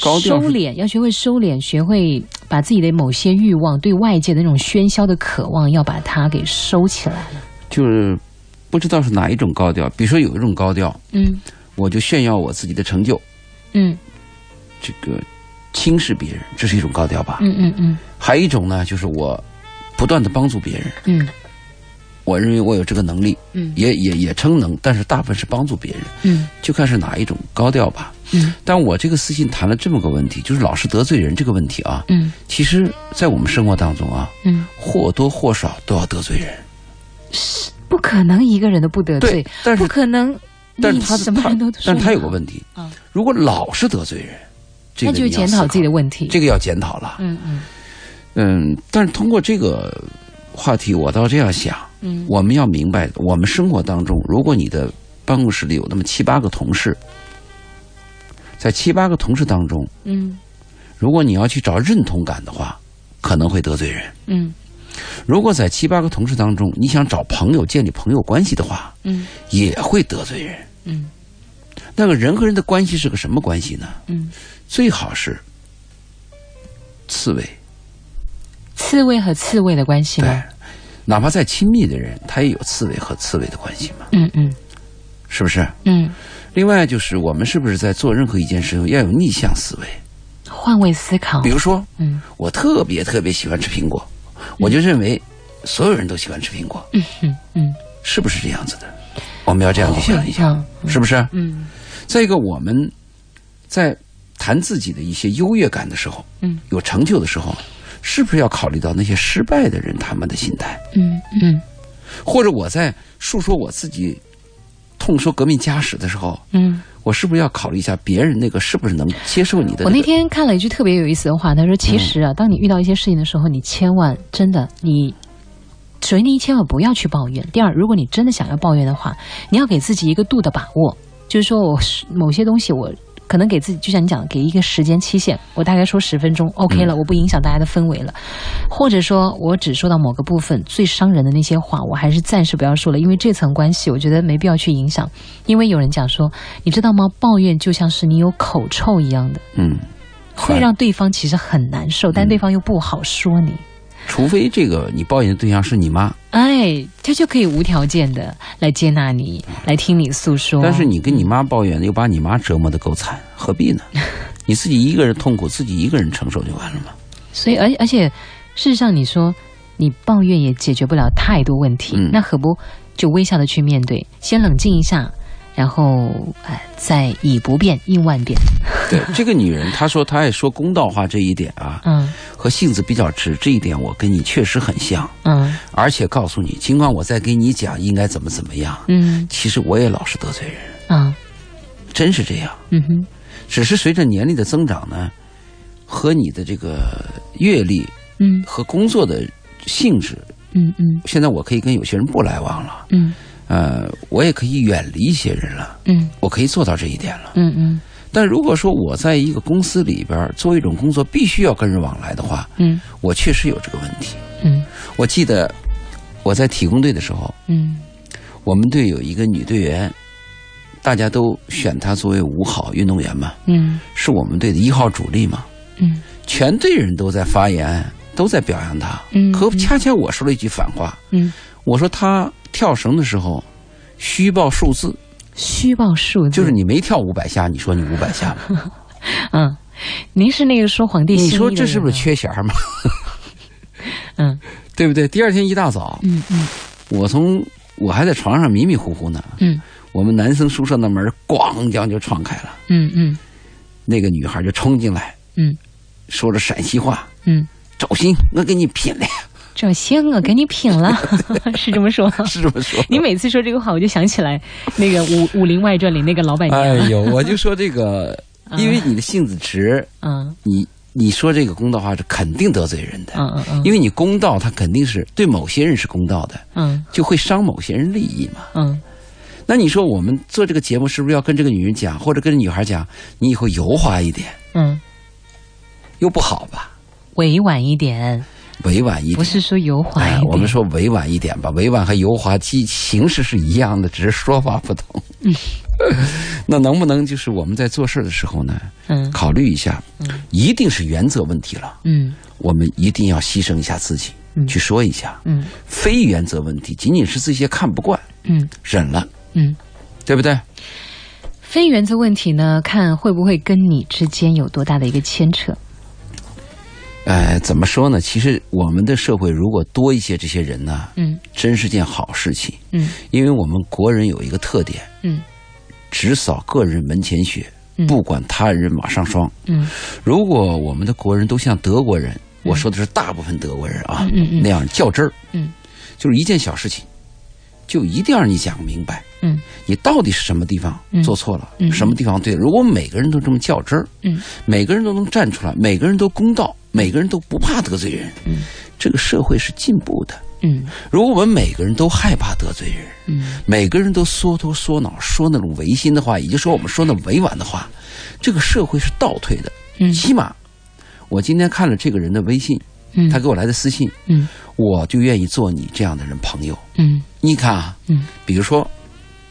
[SPEAKER 2] 高调
[SPEAKER 1] 收
[SPEAKER 2] 是
[SPEAKER 1] 敛，要学会收敛，学会把自己的某些欲望、对外界的那种喧嚣的渴望，要把它给收起来了。
[SPEAKER 2] 就是不知道是哪一种高调。比如说有一种高调，
[SPEAKER 1] 嗯
[SPEAKER 2] 我就炫耀我自己的成就，
[SPEAKER 1] 嗯
[SPEAKER 2] 这个轻视别人，这是一种高调吧？
[SPEAKER 1] 嗯嗯嗯
[SPEAKER 2] 还有一种呢，就是我不断的帮助别人，
[SPEAKER 1] 嗯
[SPEAKER 2] 我认为我有这个能力，
[SPEAKER 1] 嗯
[SPEAKER 2] 也也也称能，但是大部分是帮助别人，
[SPEAKER 1] 嗯
[SPEAKER 2] 就看是哪一种高调吧。
[SPEAKER 1] 嗯
[SPEAKER 2] 但我这个私信谈了这么个问题，就是老是得罪人这个问题啊，
[SPEAKER 1] 嗯
[SPEAKER 2] 其实，在我们生活当中啊，
[SPEAKER 1] 嗯，
[SPEAKER 2] 或多或少都要得罪人。
[SPEAKER 1] 不可能一个人都不得罪，，
[SPEAKER 2] 但
[SPEAKER 1] 不
[SPEAKER 2] 是
[SPEAKER 1] 可能，
[SPEAKER 2] 但是
[SPEAKER 1] 你
[SPEAKER 2] 他
[SPEAKER 1] 什么
[SPEAKER 2] 他
[SPEAKER 1] 人都，
[SPEAKER 2] 但是他有个
[SPEAKER 1] 题，
[SPEAKER 2] 问题
[SPEAKER 1] 嗯，
[SPEAKER 2] 如果老是得罪人，这个
[SPEAKER 1] 那就
[SPEAKER 2] 你要
[SPEAKER 1] 检讨
[SPEAKER 2] 思
[SPEAKER 1] 自己的问题。
[SPEAKER 2] 这个要检讨了。
[SPEAKER 1] 嗯嗯
[SPEAKER 2] 嗯，但是通过这个话题，我倒这样想，
[SPEAKER 1] 嗯
[SPEAKER 2] 我们要明白，我们生活当中，如果你的办公室里有那么七八个同事，在七八个同事当中，
[SPEAKER 1] 嗯
[SPEAKER 2] 如果你要去找认同感的话，可能会得罪人；
[SPEAKER 1] 嗯
[SPEAKER 2] 如果在七八个同事当中，你想找朋友建立朋友关系的话，
[SPEAKER 1] 嗯
[SPEAKER 2] 也会得罪人。
[SPEAKER 1] 嗯
[SPEAKER 2] 那个人和人的关系是个什么关系呢？
[SPEAKER 1] 嗯，
[SPEAKER 2] 最好是刺猬，
[SPEAKER 1] 刺猬和刺猬的关系
[SPEAKER 2] 对
[SPEAKER 1] 吗？，
[SPEAKER 2] 哪怕再亲密的人，他也有刺猬和刺猬的关系嘛，
[SPEAKER 1] 嗯嗯
[SPEAKER 2] 是不是？
[SPEAKER 1] 嗯，
[SPEAKER 2] 另外就是我们是不是在做任何一件事情要有逆向思维？
[SPEAKER 1] 换位思考
[SPEAKER 2] 比。如说，
[SPEAKER 1] 嗯
[SPEAKER 2] 我特别特别喜欢吃苹果，我就认为所有人都喜欢吃苹果，
[SPEAKER 1] 嗯嗯嗯，
[SPEAKER 2] 是不是这样子的？我们要这样去想一
[SPEAKER 1] 会
[SPEAKER 2] 想，
[SPEAKER 1] 啊
[SPEAKER 2] 是不是？
[SPEAKER 1] 嗯
[SPEAKER 2] 再一个，我们在谈自己的一些优越感的时候，
[SPEAKER 1] 嗯，
[SPEAKER 2] 有成就的时候，是不是要考虑到那些失败的人他们的心态？
[SPEAKER 1] 嗯嗯
[SPEAKER 2] 或者我在述说我自己痛说革命家史的时候，
[SPEAKER 1] 嗯。
[SPEAKER 2] 我是不是要考虑一下别人那个是不是能接受你的、嗯
[SPEAKER 1] 我那天看了一句特别有意思的话，他说：“其实啊，当你遇到一些事情的时候，你千万真的你。”首先，第一，千万不要去抱怨；第二，如果你真的想要抱怨的话，你要给自己一个度的把握，就是说我是某些东西我可能给自己，就像你讲的，给一个时间期限，我大概说十分钟，OK
[SPEAKER 2] 嗯
[SPEAKER 1] 了，我不影响大家的氛围了，或者说我只说到某个部分最伤人的那些话，我还是暂时不要说了，因为这层关系我觉得没必要去影响，因为有人讲说，你知道吗？抱怨就像是你有口臭一样的。
[SPEAKER 2] 嗯，
[SPEAKER 1] 会让对方其实很难受，但对方又不好说你。
[SPEAKER 2] 哎除非这个你抱怨的对象是你妈，
[SPEAKER 1] 哎，他就可以无条件的来接纳你，来听你诉说。
[SPEAKER 2] 嗯但是你跟你妈抱怨，又把你妈折磨的够惨，何 必呢？你自己一个人痛苦，自己一个人承受就完了嘛。
[SPEAKER 1] 所以而而且，事实上你说你抱怨也解决不了太多问题，
[SPEAKER 2] 嗯
[SPEAKER 1] 那何不就微笑的去面对，先冷静一下，然后哎，再以不变应万变。
[SPEAKER 2] 对，这个女人她说她爱说公道话这一点啊，
[SPEAKER 1] 嗯
[SPEAKER 2] 和性子比较直这一点，我跟你确实很像。
[SPEAKER 1] 嗯
[SPEAKER 2] 而且告诉你，尽管我在给你讲应该怎么怎么样，
[SPEAKER 1] 嗯
[SPEAKER 2] 其实我也老是得罪人，
[SPEAKER 1] 啊
[SPEAKER 2] 真是这样。
[SPEAKER 1] 嗯哼
[SPEAKER 2] 只是随着年龄的增长呢，和你的这个阅历
[SPEAKER 1] 嗯
[SPEAKER 2] 和工作的性质，
[SPEAKER 1] 嗯嗯
[SPEAKER 2] 现在我可以跟有些人不来往了，
[SPEAKER 1] 嗯
[SPEAKER 2] 呃，我也可以远离一些人了，
[SPEAKER 1] 嗯
[SPEAKER 2] 我可以做到这一点了。
[SPEAKER 1] 嗯嗯
[SPEAKER 2] 但如果说我在一个公司里边做一种工作，必须要跟人往来的话，
[SPEAKER 1] 嗯
[SPEAKER 2] 我确实有这个问题。
[SPEAKER 1] 嗯
[SPEAKER 2] 我记得我在体工队的时候，
[SPEAKER 1] 嗯
[SPEAKER 2] 我们队有一个女队员，大家都选她作为五好运动员嘛，
[SPEAKER 1] 嗯
[SPEAKER 2] 是我们队的一号主力嘛，
[SPEAKER 1] 嗯
[SPEAKER 2] 全队人都在发言，都在表扬她。
[SPEAKER 1] 嗯
[SPEAKER 2] 可恰恰我说了一句反话，
[SPEAKER 1] 嗯
[SPEAKER 2] 我说她跳绳的时候虚报数字，
[SPEAKER 1] 虚报数字
[SPEAKER 2] 就是你没跳五百下，你说你五百下，
[SPEAKER 1] 嗯，您是那个说皇帝新
[SPEAKER 2] 你
[SPEAKER 1] 衣的人吗，啊
[SPEAKER 2] 说这是不是缺弦儿嘛？
[SPEAKER 1] 嗯
[SPEAKER 2] 对不对？第二天一大早，
[SPEAKER 1] 嗯嗯
[SPEAKER 2] 我从我还在床上迷迷糊糊呢，
[SPEAKER 1] 嗯
[SPEAKER 2] 我们男生宿舍那门儿咣一下就撞开了，
[SPEAKER 1] 嗯嗯
[SPEAKER 2] 那个女孩就冲进来，
[SPEAKER 1] 嗯
[SPEAKER 2] 说着陕西话。
[SPEAKER 1] 嗯，
[SPEAKER 2] 赵鑫，我给你拼了，
[SPEAKER 1] 赵先我给你品了，是这么说。。
[SPEAKER 2] 是这么说
[SPEAKER 1] 你每次说这个话，我就想起来那个武《武林外传》里那个老板娘。
[SPEAKER 2] 哎呦，我就说这个，因为你的性子直，
[SPEAKER 1] 嗯
[SPEAKER 2] 你你说这个公道话是肯定得罪人的，
[SPEAKER 1] 嗯嗯嗯
[SPEAKER 2] 因为你公道，它肯定是对某些人是公道的，
[SPEAKER 1] 嗯
[SPEAKER 2] 就会伤某些人利益嘛。
[SPEAKER 1] 嗯
[SPEAKER 2] 那你说我们做这个节目，是不是要跟这个女人讲，或者跟女孩讲，你以后油滑一点，
[SPEAKER 1] 嗯，
[SPEAKER 2] 又不好吧？
[SPEAKER 1] 委婉一点，
[SPEAKER 2] 委婉一点，
[SPEAKER 1] 不是说油滑一
[SPEAKER 2] 哎
[SPEAKER 1] 点。，
[SPEAKER 2] 我们说委婉一点吧，委婉和油滑其形式是一样的，只是说法不同。 那能不能就是我们在做事的时候呢，
[SPEAKER 1] 嗯
[SPEAKER 2] 考虑一下，一定是原则问题了，
[SPEAKER 1] 嗯
[SPEAKER 2] 我们一定要牺牲一下自己，去说一下。
[SPEAKER 1] 嗯
[SPEAKER 2] 非原则问题，仅仅是这些看不惯，
[SPEAKER 1] 嗯
[SPEAKER 2] 忍了，
[SPEAKER 1] 嗯，
[SPEAKER 2] 对不对？
[SPEAKER 1] 非原则问题呢，看会不会跟你之间有多大的一个牵扯。
[SPEAKER 2] 呃，怎么说呢？其实我们的社会如果多一些这些人呢，
[SPEAKER 1] 嗯
[SPEAKER 2] 真是件好事情，
[SPEAKER 1] 嗯
[SPEAKER 2] 因为我们国人有一个特点，
[SPEAKER 1] 嗯
[SPEAKER 2] 只扫个人门前雪
[SPEAKER 1] 嗯，
[SPEAKER 2] 不管他人马上霜。
[SPEAKER 1] 嗯
[SPEAKER 2] 如果我们的国人都像德国人，我说的是大部分德国人啊，
[SPEAKER 1] 嗯嗯
[SPEAKER 2] 那样较真儿，
[SPEAKER 1] 嗯
[SPEAKER 2] 就是一件小事情，就一定要让你讲明白，
[SPEAKER 1] 嗯
[SPEAKER 2] 你到底是什么地方
[SPEAKER 1] 嗯
[SPEAKER 2] 做错了，
[SPEAKER 1] 嗯
[SPEAKER 2] 什么地方对。如果每个人都这么较真儿，
[SPEAKER 1] 嗯
[SPEAKER 2] 每个人都能站出来，每个人都公道，每个人都不怕得罪人，
[SPEAKER 1] 嗯
[SPEAKER 2] 这个社会是进步的。
[SPEAKER 1] 嗯
[SPEAKER 2] 如果我们每个人都害怕得罪人，
[SPEAKER 1] 嗯
[SPEAKER 2] 每个人都缩头缩脑说那种违心的话，也就是说我们说那委婉的话，这个社会是倒退的。
[SPEAKER 1] 嗯
[SPEAKER 2] 起码，我今天看了这个人的微信，
[SPEAKER 1] 嗯，
[SPEAKER 2] 他给我来的私信，
[SPEAKER 1] 嗯
[SPEAKER 2] 我就愿意做你这样的人朋友。
[SPEAKER 1] 嗯
[SPEAKER 2] 你看啊，
[SPEAKER 1] 嗯
[SPEAKER 2] 比如说，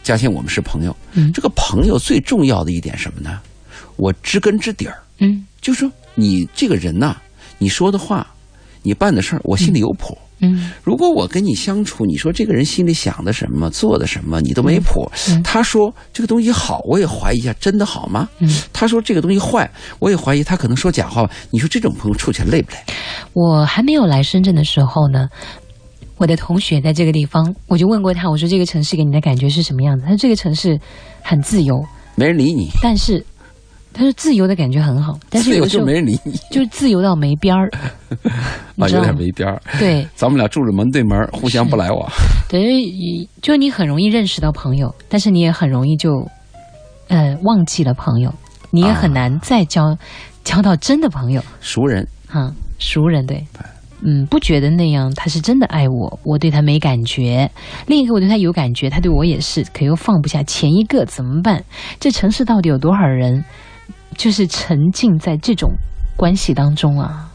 [SPEAKER 2] 嘉欣，我们是朋友，
[SPEAKER 1] 嗯
[SPEAKER 2] 这个朋友最重要的一点什么呢？我知根知底儿，
[SPEAKER 1] 嗯
[SPEAKER 2] 就是说你这个人呐、你说的话，你办的事儿，我心里有谱。
[SPEAKER 1] 嗯
[SPEAKER 2] 如果我跟你相处，你说这个人心里想的什么，做的什么，你都没谱。
[SPEAKER 1] 嗯
[SPEAKER 2] 他说这个东西好，我也怀疑一下，真的好吗？
[SPEAKER 1] 嗯
[SPEAKER 2] 他说这个东西坏，我也怀疑他可能说假话。你说这种朋友处起来累不累？
[SPEAKER 1] 嗯我还没有来深圳的时候呢，我的同学在这个地方，我就问过他，我说这个城市给你的感觉是什么样子？他说这个城市很自由，
[SPEAKER 2] 没人理你，
[SPEAKER 1] 但是他说自由的感觉很好，但是
[SPEAKER 2] 自
[SPEAKER 1] 有
[SPEAKER 2] 由
[SPEAKER 1] 的时
[SPEAKER 2] 就
[SPEAKER 1] 候
[SPEAKER 2] 没人理你
[SPEAKER 1] 就是自由到没边儿，你
[SPEAKER 2] 啊，
[SPEAKER 1] 知
[SPEAKER 2] 有
[SPEAKER 1] 道
[SPEAKER 2] 点
[SPEAKER 1] 吗？
[SPEAKER 2] 没边儿。
[SPEAKER 1] 对
[SPEAKER 2] 咱们俩住着门对门，互相不 来往。
[SPEAKER 1] 等于就你很容易认识到朋友，但是你也很容易就呃忘记了朋友，你
[SPEAKER 2] 啊
[SPEAKER 1] 也很难再交、交到真的朋友。
[SPEAKER 2] 熟人，
[SPEAKER 1] 哈，熟人对，嗯，不觉得那样他是真的爱我，我对他没感觉。另一个我对他有感觉，他对我也是，可又放不下前一个，怎么办？这城市到底有多少人，就是沉浸在这种关系当中啊，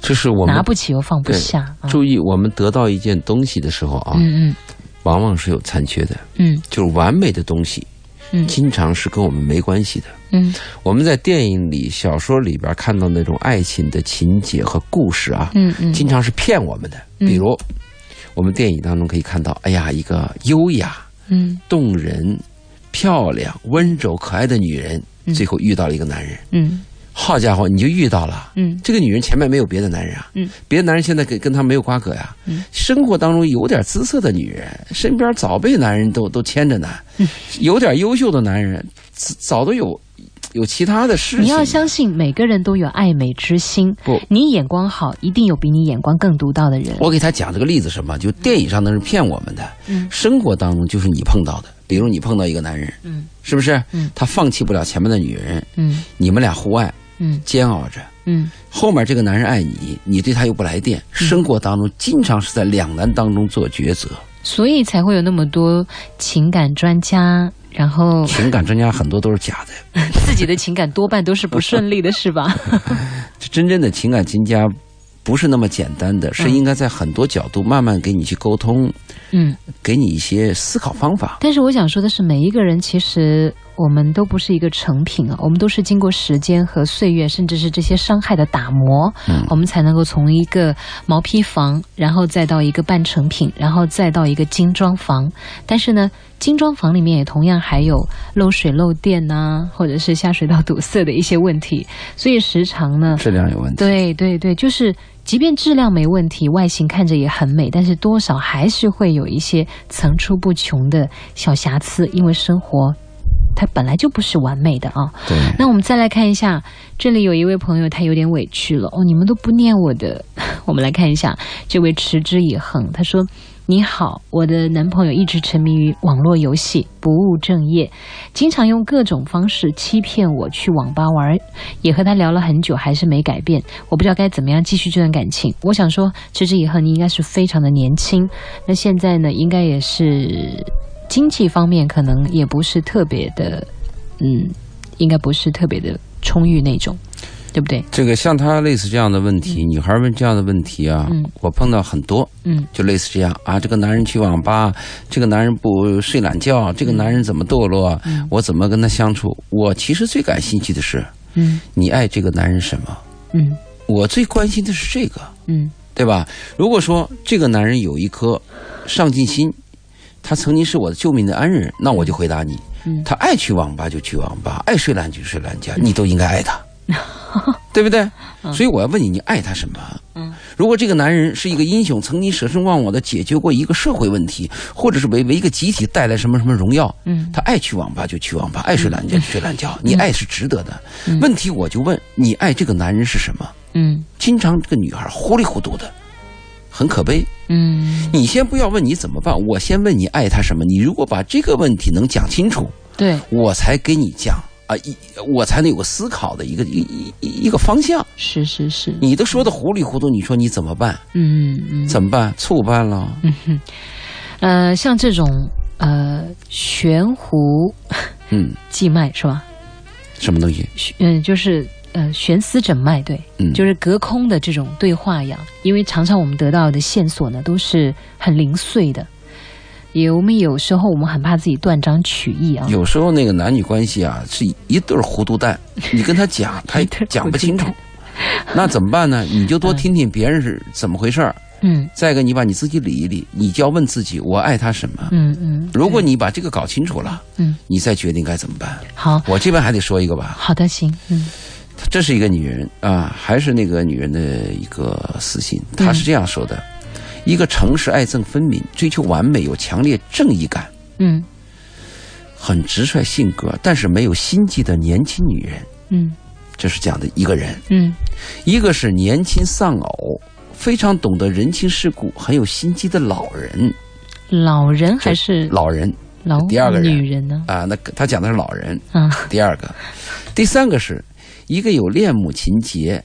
[SPEAKER 2] 这是我
[SPEAKER 1] 拿不起又放不下啊。
[SPEAKER 2] 注意，我们得到一件东西的时候啊，
[SPEAKER 1] 嗯
[SPEAKER 2] 往往是有残缺的，
[SPEAKER 1] 嗯
[SPEAKER 2] 就是完美的东西，
[SPEAKER 1] 嗯
[SPEAKER 2] 经常是跟我们没关系的。
[SPEAKER 1] 嗯
[SPEAKER 2] 我们在电影里、小说里边看到那种爱情的情节和故事啊，
[SPEAKER 1] 嗯嗯
[SPEAKER 2] 经常是骗我们的。
[SPEAKER 1] 嗯
[SPEAKER 2] 比如，我们电影当中可以看到，哎呀，一个优雅、
[SPEAKER 1] 嗯
[SPEAKER 2] 动人、漂亮、温柔、可爱的女人，
[SPEAKER 1] 嗯
[SPEAKER 2] 最后遇到了一个男人，
[SPEAKER 1] 嗯
[SPEAKER 2] 好家伙，你就遇到了。
[SPEAKER 1] 嗯
[SPEAKER 2] 这个女人前面没有别的男人啊，
[SPEAKER 1] 嗯，
[SPEAKER 2] 别的男人现在跟跟她没有瓜葛呀、
[SPEAKER 1] 嗯
[SPEAKER 2] 生活当中有点姿色的女人，身边早被男人都都牵着呢，
[SPEAKER 1] 嗯
[SPEAKER 2] 有点优秀的男人，早早都有有其他的事情。
[SPEAKER 1] 你要相信每个人都有爱美之心。
[SPEAKER 2] 不
[SPEAKER 1] 你眼光好，一定有比你眼光更独到的人。
[SPEAKER 2] 我给他讲这个例子什么？就电影上那是骗我们的，
[SPEAKER 1] 嗯
[SPEAKER 2] 生活当中就是你碰到的，比如你碰到一个男人，
[SPEAKER 1] 嗯
[SPEAKER 2] 是不是？
[SPEAKER 1] 嗯
[SPEAKER 2] 他放弃不了前面的女人，
[SPEAKER 1] 嗯
[SPEAKER 2] 你们俩互爱，
[SPEAKER 1] 嗯
[SPEAKER 2] 煎熬着。
[SPEAKER 1] 嗯
[SPEAKER 2] 后面这个男人爱你，你对他又不来电，生活当中经常是在两难当中做抉择。
[SPEAKER 1] 所以才会有那么多情感专家，然后
[SPEAKER 2] 情感专家很多都是假的，
[SPEAKER 1] 自己的情感多半都是不顺利的，是吧？
[SPEAKER 2] 这真正的情感专家不是那么简单的，是应该在很多角度慢慢给你去沟通，
[SPEAKER 1] 嗯。
[SPEAKER 2] 给你一些思考方法。
[SPEAKER 1] 但是我想说的是，每一个人其实我们都不是一个成品啊，我们都是经过时间和岁月，甚至是这些伤害的打磨，我们才能够从一个毛坯房，然后再到一个半成品，然后再到一个精装房。但是呢，精装房里面也同样还有漏水漏电呐、或者是下水道堵塞的一些问题，所以时常呢，
[SPEAKER 2] 质量有问题，
[SPEAKER 1] 对对对，就是即便质量没问题，外形看着也很美，但是多少还是会有一些层出不穷的小瑕疵，因为生活它本来就不是完美的啊。
[SPEAKER 2] 对，
[SPEAKER 1] 那我们再来看一下，这里有一位朋友他有点委屈了哦，你们都不念我的， 我们来看一下这位持之以恒，他说。你好，我的男朋友一直沉迷于网络游戏，不务正业，经常用各种方式欺骗我去网吧玩儿，也和他聊了很久，还是没改变。我不知道该怎么样继续这段感情。我想说，持之以恒，你应该是非常的年轻，那现在呢，应该也是经济方面可能也不是特别的，嗯，应该不是特别的充裕那种，对不对？
[SPEAKER 2] 这个像他类似这样的问题，女孩问这样的问题啊，
[SPEAKER 1] 嗯
[SPEAKER 2] 我碰到很多，
[SPEAKER 1] 嗯
[SPEAKER 2] 就类似这样啊，这个男人去网吧，这个男人不睡懒觉，这个男人怎么堕落，
[SPEAKER 1] 嗯
[SPEAKER 2] 我怎么跟他相处？我其实最感兴趣的是，
[SPEAKER 1] 嗯
[SPEAKER 2] 你爱这个男人什么？
[SPEAKER 1] 嗯
[SPEAKER 2] 我最关心的是这个，
[SPEAKER 1] 嗯
[SPEAKER 2] 对吧？如果说这个男人有一颗上进心，他曾经是我的救命的恩人，那我就回答你，
[SPEAKER 1] 嗯
[SPEAKER 2] 他爱去网吧就去网吧，爱睡懒就睡懒觉，你都应该 爱他，对不对？所以我要问你，你爱他什么？
[SPEAKER 1] 嗯，
[SPEAKER 2] 如果这个男人是一个英雄，曾经舍身忘我的解决过一个社会问题，或者是为为一个集体带来什么什么荣耀，
[SPEAKER 1] 嗯
[SPEAKER 2] 他爱去网吧就去网吧，爱睡懒觉就睡懒觉，你爱是值得的。问题我就问你，爱这个男人是什么？
[SPEAKER 1] 嗯
[SPEAKER 2] 经常这个女孩糊里糊涂的，很可悲。
[SPEAKER 1] 嗯，
[SPEAKER 2] 你先不要问你怎么办，我先问你爱他什么。你如果把这个问题能讲清楚，
[SPEAKER 1] 对，
[SPEAKER 2] 我才给你讲啊，一我才能有个思考的一个一一一一个方向。
[SPEAKER 1] 是是是，
[SPEAKER 2] 你都说的糊里糊涂，你说你怎么办？
[SPEAKER 1] 嗯嗯。
[SPEAKER 2] 怎么办？醋办了，
[SPEAKER 1] 呃，像这种呃悬壶
[SPEAKER 2] 嗯，
[SPEAKER 1] 系脉是吧？
[SPEAKER 2] 什么东西？
[SPEAKER 1] 嗯、就是呃悬丝诊脉，对，
[SPEAKER 2] 嗯，
[SPEAKER 1] 就是是隔空的这种对话呀。因为常常我们得到的线索呢，都是很零碎的。也我们有时候我们很怕自己断章取义啊。
[SPEAKER 2] 有时候那个男女关系啊，是一对儿糊 涂蛋，你跟他讲，他也
[SPEAKER 1] 一对儿糊涂蛋
[SPEAKER 2] 讲不清楚。那怎么办呢？你就多听听别人是怎么回事儿，
[SPEAKER 1] 嗯
[SPEAKER 2] 再一个，你把你自己理一理，你就要问自己：我爱他什么？
[SPEAKER 1] 嗯嗯，
[SPEAKER 2] 如果你把这个搞清楚了，
[SPEAKER 1] 嗯，
[SPEAKER 2] 你再决定该怎么办。
[SPEAKER 1] 好
[SPEAKER 2] 我这边还得说一个吧，
[SPEAKER 1] 好的行，嗯
[SPEAKER 2] 这是一个女人啊，还是那个女人的一个私信，
[SPEAKER 1] 嗯
[SPEAKER 2] 她是这样说的：一个诚实、爱憎分明、追求完美、有强烈正义感、
[SPEAKER 1] 嗯
[SPEAKER 2] 很直率性格，但是没有心计的年轻女人，
[SPEAKER 1] 嗯
[SPEAKER 2] 这是讲的一个人。
[SPEAKER 1] 嗯
[SPEAKER 2] 一个是年轻丧偶，非常懂得人情世故、很有心机的老人，
[SPEAKER 1] 嗯，老人还是
[SPEAKER 2] 老人
[SPEAKER 1] 老
[SPEAKER 2] 第二个人
[SPEAKER 1] 女人呢？
[SPEAKER 2] 啊，那个他讲的是老人。
[SPEAKER 1] 啊，
[SPEAKER 2] 第二个，第三个是一个有恋母情结，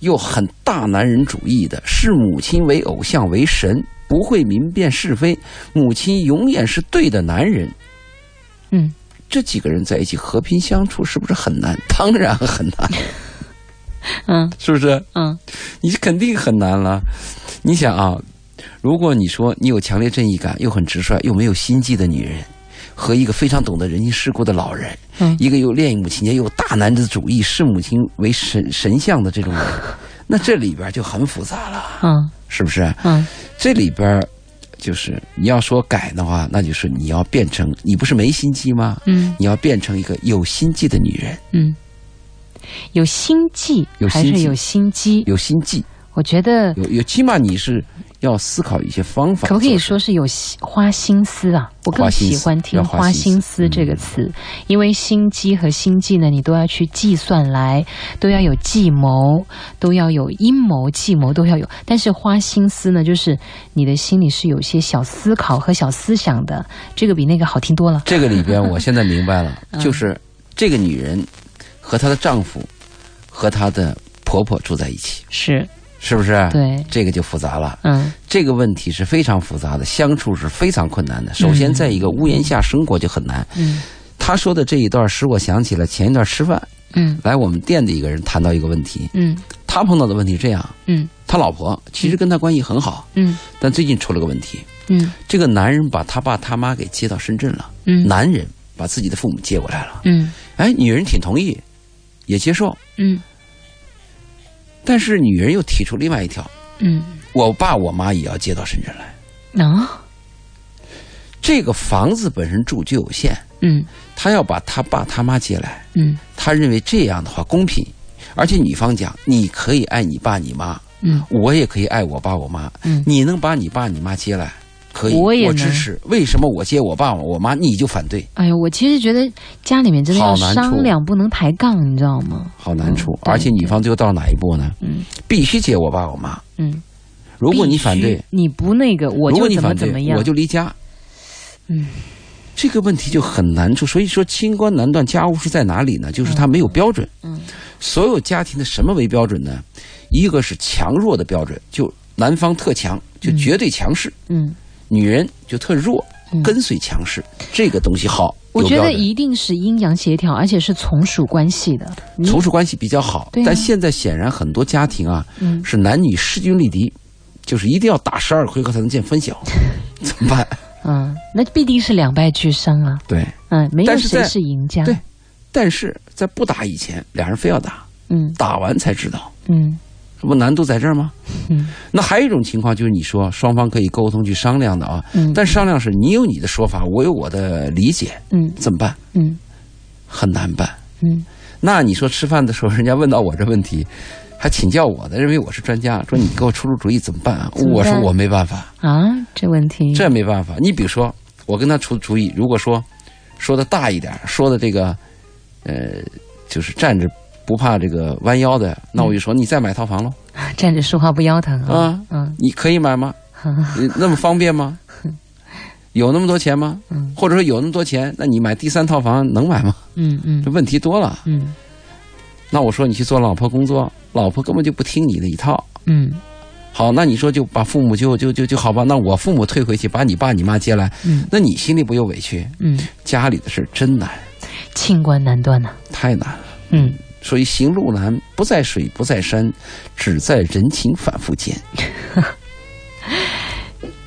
[SPEAKER 2] 又很大男人主义的，视母亲为偶像为神，不会明辨是非，母亲永远是对的男人。
[SPEAKER 1] 嗯
[SPEAKER 2] 这几个人在一起和平相处是不是很难？当然很难，
[SPEAKER 1] 嗯
[SPEAKER 2] 是不是？
[SPEAKER 1] 嗯
[SPEAKER 2] 你肯定很难了。你想啊，如果你说你有强烈正义感，又很直率，又没有心计的女人，和一个非常懂得人情世故的老人，
[SPEAKER 1] 嗯
[SPEAKER 2] 一个有恋母情节又有大男子主义、视母亲为神神像的 这种人，那这里边就很复杂了，
[SPEAKER 1] 嗯
[SPEAKER 2] 是不是？
[SPEAKER 1] 嗯
[SPEAKER 2] 这里边。就是你要说改的话，那就是你要变成你不是没心计吗？
[SPEAKER 1] 嗯
[SPEAKER 2] 你要变成一个有心计的女人，
[SPEAKER 1] 嗯，有心计
[SPEAKER 2] 有
[SPEAKER 1] 还
[SPEAKER 2] 心
[SPEAKER 1] 是
[SPEAKER 2] 计
[SPEAKER 1] 有心机？
[SPEAKER 2] 有心计，
[SPEAKER 1] 我觉得
[SPEAKER 2] 有有起码你是要思考一些方法。
[SPEAKER 1] 可不可
[SPEAKER 2] 做
[SPEAKER 1] 以
[SPEAKER 2] 事
[SPEAKER 1] 说是有心花心思啊？我更
[SPEAKER 2] 花心
[SPEAKER 1] 喜
[SPEAKER 2] 思
[SPEAKER 1] 欢听“
[SPEAKER 2] 要花
[SPEAKER 1] 花
[SPEAKER 2] 心
[SPEAKER 1] 心思”
[SPEAKER 2] 思嗯
[SPEAKER 1] 这个词，因为心机和心计呢，你都要去计算来，都要有计谋，都要有阴谋、计谋都要有。但是花心思呢，就是你的心里是有些小思考和小思想的，这个比那个好听多了。
[SPEAKER 2] 这个里边，我现在明白了，
[SPEAKER 1] 嗯
[SPEAKER 2] 就是这个女人和她的丈夫和她的婆婆住在一起，
[SPEAKER 1] 是，
[SPEAKER 2] 是不是？，
[SPEAKER 1] 对，
[SPEAKER 2] 这个就复杂了。
[SPEAKER 1] 嗯
[SPEAKER 2] 这个问题是非常复杂的，相处是非常困难的。首先，在一个屋檐下生活就很难。
[SPEAKER 1] 嗯
[SPEAKER 2] 她说的这一段使我想起了前一段吃饭
[SPEAKER 1] 嗯
[SPEAKER 2] 来我们店的一个人谈到一个问题，
[SPEAKER 1] 嗯
[SPEAKER 2] 他碰到的问题是这样：
[SPEAKER 1] 嗯
[SPEAKER 2] 他老婆其实跟他关系很好，
[SPEAKER 1] 嗯
[SPEAKER 2] 但最近出了个问题，
[SPEAKER 1] 嗯
[SPEAKER 2] 这个男人把他爸他妈给接到深圳了，
[SPEAKER 1] 嗯
[SPEAKER 2] 男人把自己的父母接过来了。
[SPEAKER 1] 嗯
[SPEAKER 2] 哎，女人挺同意，也接受，
[SPEAKER 1] 嗯
[SPEAKER 2] 但是女人又提出另外一条：
[SPEAKER 1] 嗯，
[SPEAKER 2] 我爸我妈也要接到深圳来。
[SPEAKER 1] 能，
[SPEAKER 2] 这个房子本身住就有限，
[SPEAKER 1] 嗯
[SPEAKER 2] 他要把他爸他妈接来，
[SPEAKER 1] 嗯
[SPEAKER 2] 他认为这样的话公平。而且女方讲，你可以爱你爸你妈，
[SPEAKER 1] 嗯
[SPEAKER 2] 我也可以爱我爸我妈。
[SPEAKER 1] 嗯
[SPEAKER 2] 你能把你爸你妈接来，可以，
[SPEAKER 1] 我也
[SPEAKER 2] 支
[SPEAKER 1] 能
[SPEAKER 2] 持。为什么我接我爸我妈，你就反对？
[SPEAKER 1] 哎呦，我其实觉得家里面真的要
[SPEAKER 2] 好难处
[SPEAKER 1] 商量，不能抬杠，你知道吗？
[SPEAKER 2] 好难处。
[SPEAKER 1] 嗯对
[SPEAKER 2] 而且女方最后到哪一步呢？
[SPEAKER 1] 嗯
[SPEAKER 2] 必须接我爸我妈。
[SPEAKER 1] 嗯，
[SPEAKER 2] 如果你反
[SPEAKER 1] 必
[SPEAKER 2] 对
[SPEAKER 1] 须，你不那个，我
[SPEAKER 2] 如
[SPEAKER 1] 就
[SPEAKER 2] 果你
[SPEAKER 1] 怎么
[SPEAKER 2] 反对
[SPEAKER 1] 怎么样，
[SPEAKER 2] 我就离家。
[SPEAKER 1] 嗯，
[SPEAKER 2] 这个问题就很难处。所以说，清官难断家务事在哪里呢？就是它没有标准。
[SPEAKER 1] 嗯，
[SPEAKER 2] 所有家庭的什么为标准呢？一个是强弱的标准，就男方特强，就绝对强势；
[SPEAKER 1] 嗯
[SPEAKER 2] 女人就特弱，跟随强势，这个东西好。
[SPEAKER 1] 我
[SPEAKER 2] 有
[SPEAKER 1] 觉
[SPEAKER 2] 标
[SPEAKER 1] 得
[SPEAKER 2] 准
[SPEAKER 1] 一定是阴阳协调，而且是从属关系的。你
[SPEAKER 2] 从属关系比较好，
[SPEAKER 1] 对啊
[SPEAKER 2] 但现在显然很多家庭啊，
[SPEAKER 1] 嗯
[SPEAKER 2] 是男女势均力敌，就是一定要打十二回合才能见 分晓，怎么办？
[SPEAKER 1] 嗯，那必定是两败俱伤啊。
[SPEAKER 2] 对
[SPEAKER 1] 嗯，没有
[SPEAKER 2] 但是
[SPEAKER 1] 谁
[SPEAKER 2] 在
[SPEAKER 1] 是赢家。
[SPEAKER 2] 对，但是在不打以前，俩人非要打，
[SPEAKER 1] 嗯
[SPEAKER 2] 打完才知道，
[SPEAKER 1] 嗯
[SPEAKER 2] 这不难度在这儿吗？
[SPEAKER 1] 嗯
[SPEAKER 2] 那还有一种情况就是你说双方可以沟通去商量的啊，
[SPEAKER 1] 嗯
[SPEAKER 2] 但商量是你有你的说法，我有我的理解，
[SPEAKER 1] 嗯
[SPEAKER 2] 怎么办？
[SPEAKER 1] 嗯
[SPEAKER 2] 很难办。
[SPEAKER 1] 嗯
[SPEAKER 2] 那你说吃饭的时候，人家问到我这问题，还请教我的，认为我是专家，说你给我出出主意怎么办啊？
[SPEAKER 1] 怎么办
[SPEAKER 2] 我说我没办法，
[SPEAKER 1] 啊，这问题
[SPEAKER 2] 这没办法。你比如说，我跟他出主意，如果说说的大一点，说的这个，呃，就是站着不怕这个弯腰的，那我就
[SPEAKER 1] 嗯
[SPEAKER 2] 说你再买套房喽，
[SPEAKER 1] 站着说话不腰疼啊。嗯
[SPEAKER 2] 你可以买吗？你那么方 便吗？有那么多钱吗？
[SPEAKER 1] 嗯
[SPEAKER 2] 或者说有那么多钱，那你买第三套房能买吗？
[SPEAKER 1] 嗯
[SPEAKER 2] 这
[SPEAKER 1] 嗯
[SPEAKER 2] 问题多了。
[SPEAKER 1] 嗯
[SPEAKER 2] 那我说你去做老婆工作，老婆根本就不听你的一套。
[SPEAKER 1] 嗯
[SPEAKER 2] 好，那你说就把父母就就就就好吧，那我父母退回去，把你爸你妈接来，
[SPEAKER 1] 嗯
[SPEAKER 2] 那你心里不又委屈？
[SPEAKER 1] 嗯，
[SPEAKER 2] 家里的事儿真难，
[SPEAKER 1] 清官难断呐。
[SPEAKER 2] 太难了。
[SPEAKER 1] 嗯，
[SPEAKER 2] 所以行路难，不在水，不在山，只在人情反复间。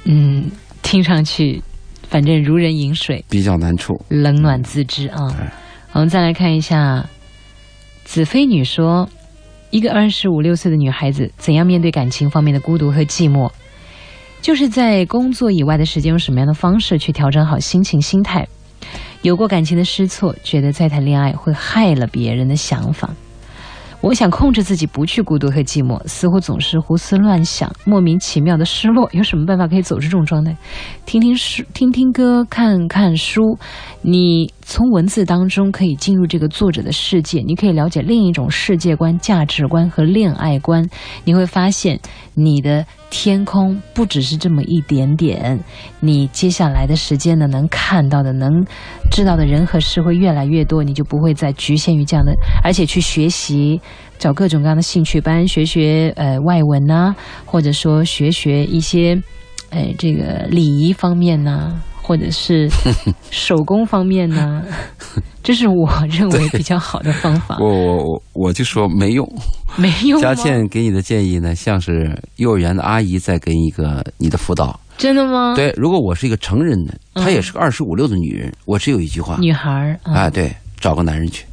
[SPEAKER 1] 嗯，听上去，反正如人饮水，
[SPEAKER 2] 比较难处，
[SPEAKER 1] 冷暖自知啊
[SPEAKER 2] 对。
[SPEAKER 1] 我们再来看一下，子非女说，一个二十五六岁的女孩子怎样面对感情方面的孤独和寂寞，就是在工作以外的时间用什么样的方式去调整好心情、心态。有过感情的失措，觉得再谈恋爱会害了别人的想法。我想控制自己不去孤独和寂寞，似乎总是胡思乱想，莫名其妙的失落。有什么办法可以走出这种状态？听听书，听听歌，看看书，你从文字当中可以进入这个作者的世界，你可以了解另一种世界观、价值观和恋爱观。你会发现，你的天空不只是这么一点点，你接下来的时间呢，能看到的、能知道的人和事会越来越多，你就不会再局限于这样的，而且去学习，找各种各样的兴趣班，学学呃外文呐、或者说学学一些，呃这个礼仪方面呐、或者是手工方面呐、 这是我认为比较好的方法。
[SPEAKER 2] 我我我就说没用。
[SPEAKER 1] 没用吗
[SPEAKER 2] 佳？倩给你的建议呢，像是幼儿园的阿姨在跟一个你的辅导。
[SPEAKER 1] 真的吗？，
[SPEAKER 2] 对，如果我是一个成人的，
[SPEAKER 1] 嗯
[SPEAKER 2] 她也是个二十五六的女人，我只有一句话，
[SPEAKER 1] 女孩儿啊，
[SPEAKER 2] 啊，对，找个男人 去。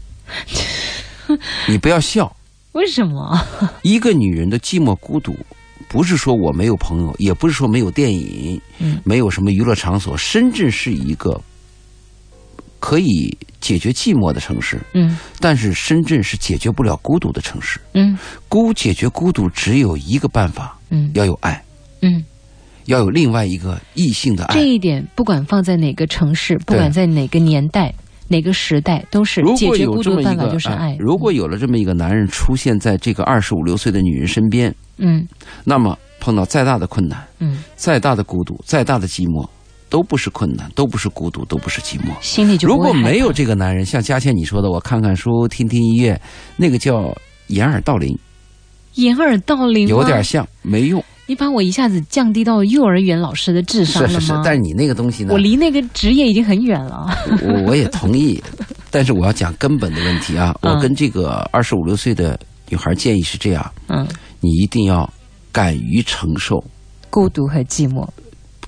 [SPEAKER 2] 你不要笑，
[SPEAKER 1] 为什么？
[SPEAKER 2] 一个女人的寂寞孤独，不是说我没有朋友，也不是说没有电影，
[SPEAKER 1] 嗯
[SPEAKER 2] 没有什么娱乐场所。深圳是一个可以解决寂寞的城市，
[SPEAKER 1] 嗯
[SPEAKER 2] 但是深圳是解决不了孤独的城市。
[SPEAKER 1] 嗯
[SPEAKER 2] 孤解决孤独只有一个办法，
[SPEAKER 1] 嗯
[SPEAKER 2] 要有爱，
[SPEAKER 1] 嗯，
[SPEAKER 2] 要有另外一个异性的
[SPEAKER 1] 这
[SPEAKER 2] 爱。
[SPEAKER 1] 一点不管放在哪个城市，不管在哪个年代、哪个时代，都是
[SPEAKER 2] 如
[SPEAKER 1] 解
[SPEAKER 2] 果
[SPEAKER 1] 决
[SPEAKER 2] 有
[SPEAKER 1] 孤
[SPEAKER 2] 这
[SPEAKER 1] 独的
[SPEAKER 2] 么
[SPEAKER 1] 办
[SPEAKER 2] 一
[SPEAKER 1] 法
[SPEAKER 2] 个
[SPEAKER 1] 就是爱嗯
[SPEAKER 2] 哎。如果有了这么一个男人出现在这个二十五六岁的女人身边，
[SPEAKER 1] 嗯
[SPEAKER 2] 那么碰到再大的困难。
[SPEAKER 1] 嗯，
[SPEAKER 2] 再大的孤独，再大的寂寞，都不是困难，都不是孤独，都不是寂寞。
[SPEAKER 1] 心里就不
[SPEAKER 2] 如
[SPEAKER 1] 会
[SPEAKER 2] 果
[SPEAKER 1] 害怕
[SPEAKER 2] 没有这个男人，像佳倩你说的，我看看书，听听音乐，那个叫掩耳盗铃，
[SPEAKER 1] 掩耳盗铃吗，
[SPEAKER 2] 有点像，没用。
[SPEAKER 1] 你把我一下子降低到幼儿园老师的智商了
[SPEAKER 2] 是
[SPEAKER 1] 吗？
[SPEAKER 2] 是是，但是你那个东西呢
[SPEAKER 1] 我，离那个职业已经很远了。
[SPEAKER 2] 我我也 同意，但是我要讲根本的问题啊。
[SPEAKER 1] 嗯
[SPEAKER 2] 我跟这个二十五六岁的女孩建议是这样：
[SPEAKER 1] 嗯，
[SPEAKER 2] 你一定要敢于承受，
[SPEAKER 1] 孤独和寂寞。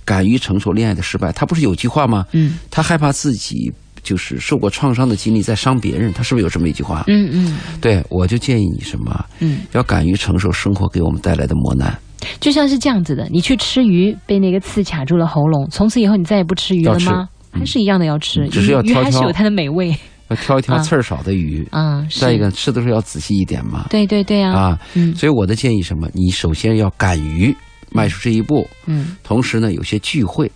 [SPEAKER 2] 敢于承受恋爱的失败。她不是有句话吗？
[SPEAKER 1] 嗯
[SPEAKER 2] 她害怕自己就是受过创伤的经历再伤别人，她是不是有这么一句话？
[SPEAKER 1] 嗯嗯
[SPEAKER 2] 对，我就建议你什么，
[SPEAKER 1] 嗯，
[SPEAKER 2] 要敢于承受生活给我们带来的磨难，
[SPEAKER 1] 就像是这样子的，你去吃鱼，被那个刺卡住了喉咙，从此以后你再也不吃鱼了
[SPEAKER 2] 要嗯
[SPEAKER 1] 吗？还是一样的要吃，
[SPEAKER 2] 只是要
[SPEAKER 1] 鱼鱼
[SPEAKER 2] 挑
[SPEAKER 1] 还是
[SPEAKER 2] 挑
[SPEAKER 1] 有它的美味
[SPEAKER 2] 要挑一挑
[SPEAKER 1] 啊
[SPEAKER 2] 刺儿少的鱼。
[SPEAKER 1] 啊。是
[SPEAKER 2] 再一个，吃的时候要仔细一点嘛。
[SPEAKER 1] 对对对啊，
[SPEAKER 2] 啊，
[SPEAKER 1] 嗯
[SPEAKER 2] 所以我的建议什么？你首先要敢于迈出这一步，
[SPEAKER 1] 嗯，
[SPEAKER 2] 同时呢，有些聚会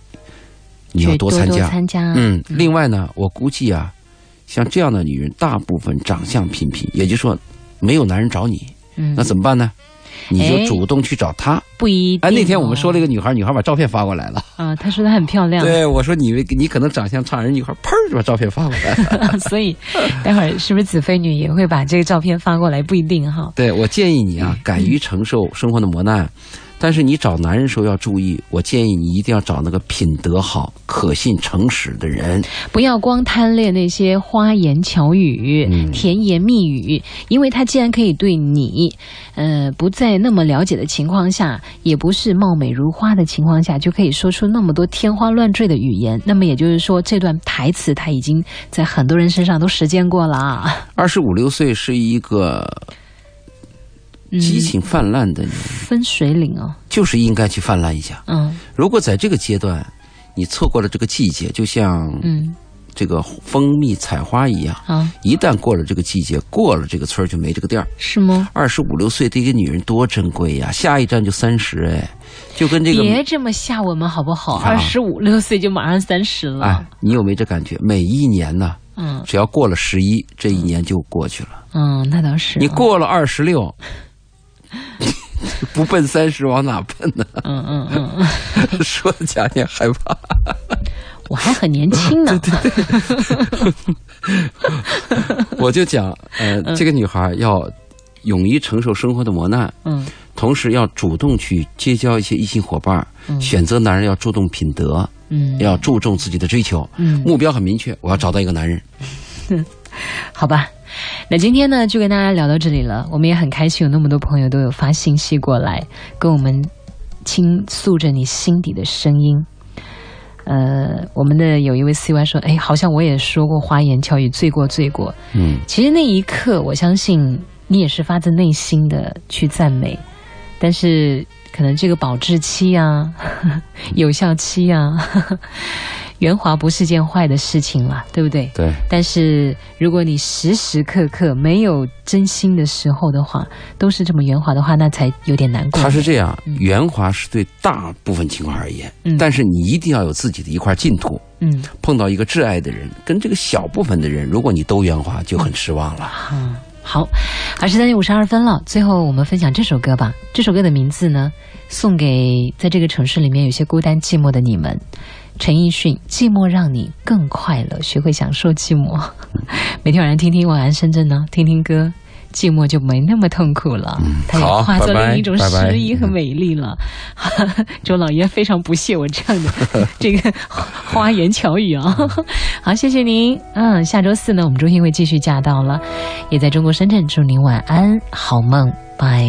[SPEAKER 2] 你
[SPEAKER 1] 去
[SPEAKER 2] 要
[SPEAKER 1] 多
[SPEAKER 2] 参加。
[SPEAKER 1] 参加，啊
[SPEAKER 2] 嗯，另外呢，我估计啊，像这样的女人，大部分长相平平，也就是说，没有男人找你，
[SPEAKER 1] 嗯
[SPEAKER 2] 那怎么办呢？你
[SPEAKER 1] 哎
[SPEAKER 2] 就主动去找他。
[SPEAKER 1] 不一定哦。
[SPEAKER 2] 哎，那天我们说了一个女孩，女孩把照片发过来了。
[SPEAKER 1] 啊，她说她很漂亮，
[SPEAKER 2] 对，我说你你可能长相差，人女孩砰儿就把照片发过 来。
[SPEAKER 1] 所以待会儿是不是子非女也会把这个照片发过来？不一定哈。
[SPEAKER 2] 对我建议你啊，敢于承受生活的磨难，但但是你找男人时候要注意，我建议你一定要找那个品德好、可信、诚实的人。
[SPEAKER 1] 不要光贪恋那些花言巧语、
[SPEAKER 2] 嗯
[SPEAKER 1] 甜言蜜语，因为他既然可以对你，呃，不在那么了解的情况下，也不是貌美如花的情况下，就可以说出那么多天花乱坠的语言。那么也就是说，这段台词他已经在很多人身上都实践过了啊。
[SPEAKER 2] 二十五六岁是一个
[SPEAKER 1] 嗯
[SPEAKER 2] 激情泛滥的年龄，
[SPEAKER 1] 分水岭哦，
[SPEAKER 2] 就是应该去泛滥一下。
[SPEAKER 1] 嗯
[SPEAKER 2] 如果在这个阶段，你错过了这个季节，就像
[SPEAKER 1] 嗯，
[SPEAKER 2] 这个蜂蜜采花一样，
[SPEAKER 1] 啊，
[SPEAKER 2] 一旦过了这个季节，过了这个村儿就没这个店儿。
[SPEAKER 1] 是吗？
[SPEAKER 2] 二十五六岁对一个女人多珍贵呀、下一站就三十哎，就跟这个
[SPEAKER 1] 别这么吓我们好不好？
[SPEAKER 2] 啊
[SPEAKER 1] 二十五六岁就马上三十了，
[SPEAKER 2] 哎，你有没有这感觉？每一年呢，
[SPEAKER 1] 嗯
[SPEAKER 2] 只要过了十一，这一年就过去了。
[SPEAKER 1] 嗯，那倒是啊、
[SPEAKER 2] 你过了二十 六，不奔三十往哪奔呢？
[SPEAKER 1] 嗯嗯嗯嗯，
[SPEAKER 2] 说的假也害怕。
[SPEAKER 1] 我还很年轻 呢。
[SPEAKER 2] 我就讲，呃，这个女孩要勇于承受生活的磨难，
[SPEAKER 1] 嗯
[SPEAKER 2] 同时要主动去结交一些异性伙伴，
[SPEAKER 1] 嗯
[SPEAKER 2] 选择男人要注重品德，
[SPEAKER 1] 嗯，
[SPEAKER 2] 要注重自己的追求，
[SPEAKER 1] 嗯
[SPEAKER 2] 目标很明确，我要找到一个男人。
[SPEAKER 1] 好吧。那今天呢，就跟大家聊到这里了。我们也很开心，有那么多朋友都有发信息过来，跟我们倾诉着你心底的声音。呃，我们的有一位 CY 说：“哎，好像我也说过花言巧语，罪过罪过。”
[SPEAKER 2] 嗯，
[SPEAKER 1] 其实那一刻，我相信你也是发自内心的去赞美，但是可能这个保质期啊， 有效期啊， 圆滑不是件坏的事情啦，对不对？
[SPEAKER 2] 对，
[SPEAKER 1] 但是如果你时时刻刻没有真心的时候的话，都是这么圆滑的话，那才有点难过。
[SPEAKER 2] 他是这样，圆滑是对大部分情况而言，
[SPEAKER 1] 嗯
[SPEAKER 2] 但是你一定要有自己的一块净土。
[SPEAKER 1] 嗯
[SPEAKER 2] 碰到一个挚爱的人，跟这个小部分的人，如果你都圆滑，就很失望了。
[SPEAKER 1] 嗯，好，二十三点五十二分了。最后我们分享这首歌吧。这首歌的名字呢，送给在这个城市里面有些孤单寂寞的你们。陈奕迅，《寂寞让你更快乐》，学会享受寂寞。每天晚上听听《晚安深圳》呢，听听歌，寂寞就没那么痛苦了。它也
[SPEAKER 4] 嗯好
[SPEAKER 1] 化
[SPEAKER 4] 拜
[SPEAKER 1] 作
[SPEAKER 4] 拜
[SPEAKER 1] 另一种
[SPEAKER 4] 拜拜
[SPEAKER 1] 诗意和美丽了。周老爷非常不屑我这样的这个花言巧语啊。
[SPEAKER 4] 嗯
[SPEAKER 1] 好，谢谢您。嗯，下周四呢，我们中心会继续驾到了，也在中国深圳，祝您晚安，好梦，拜。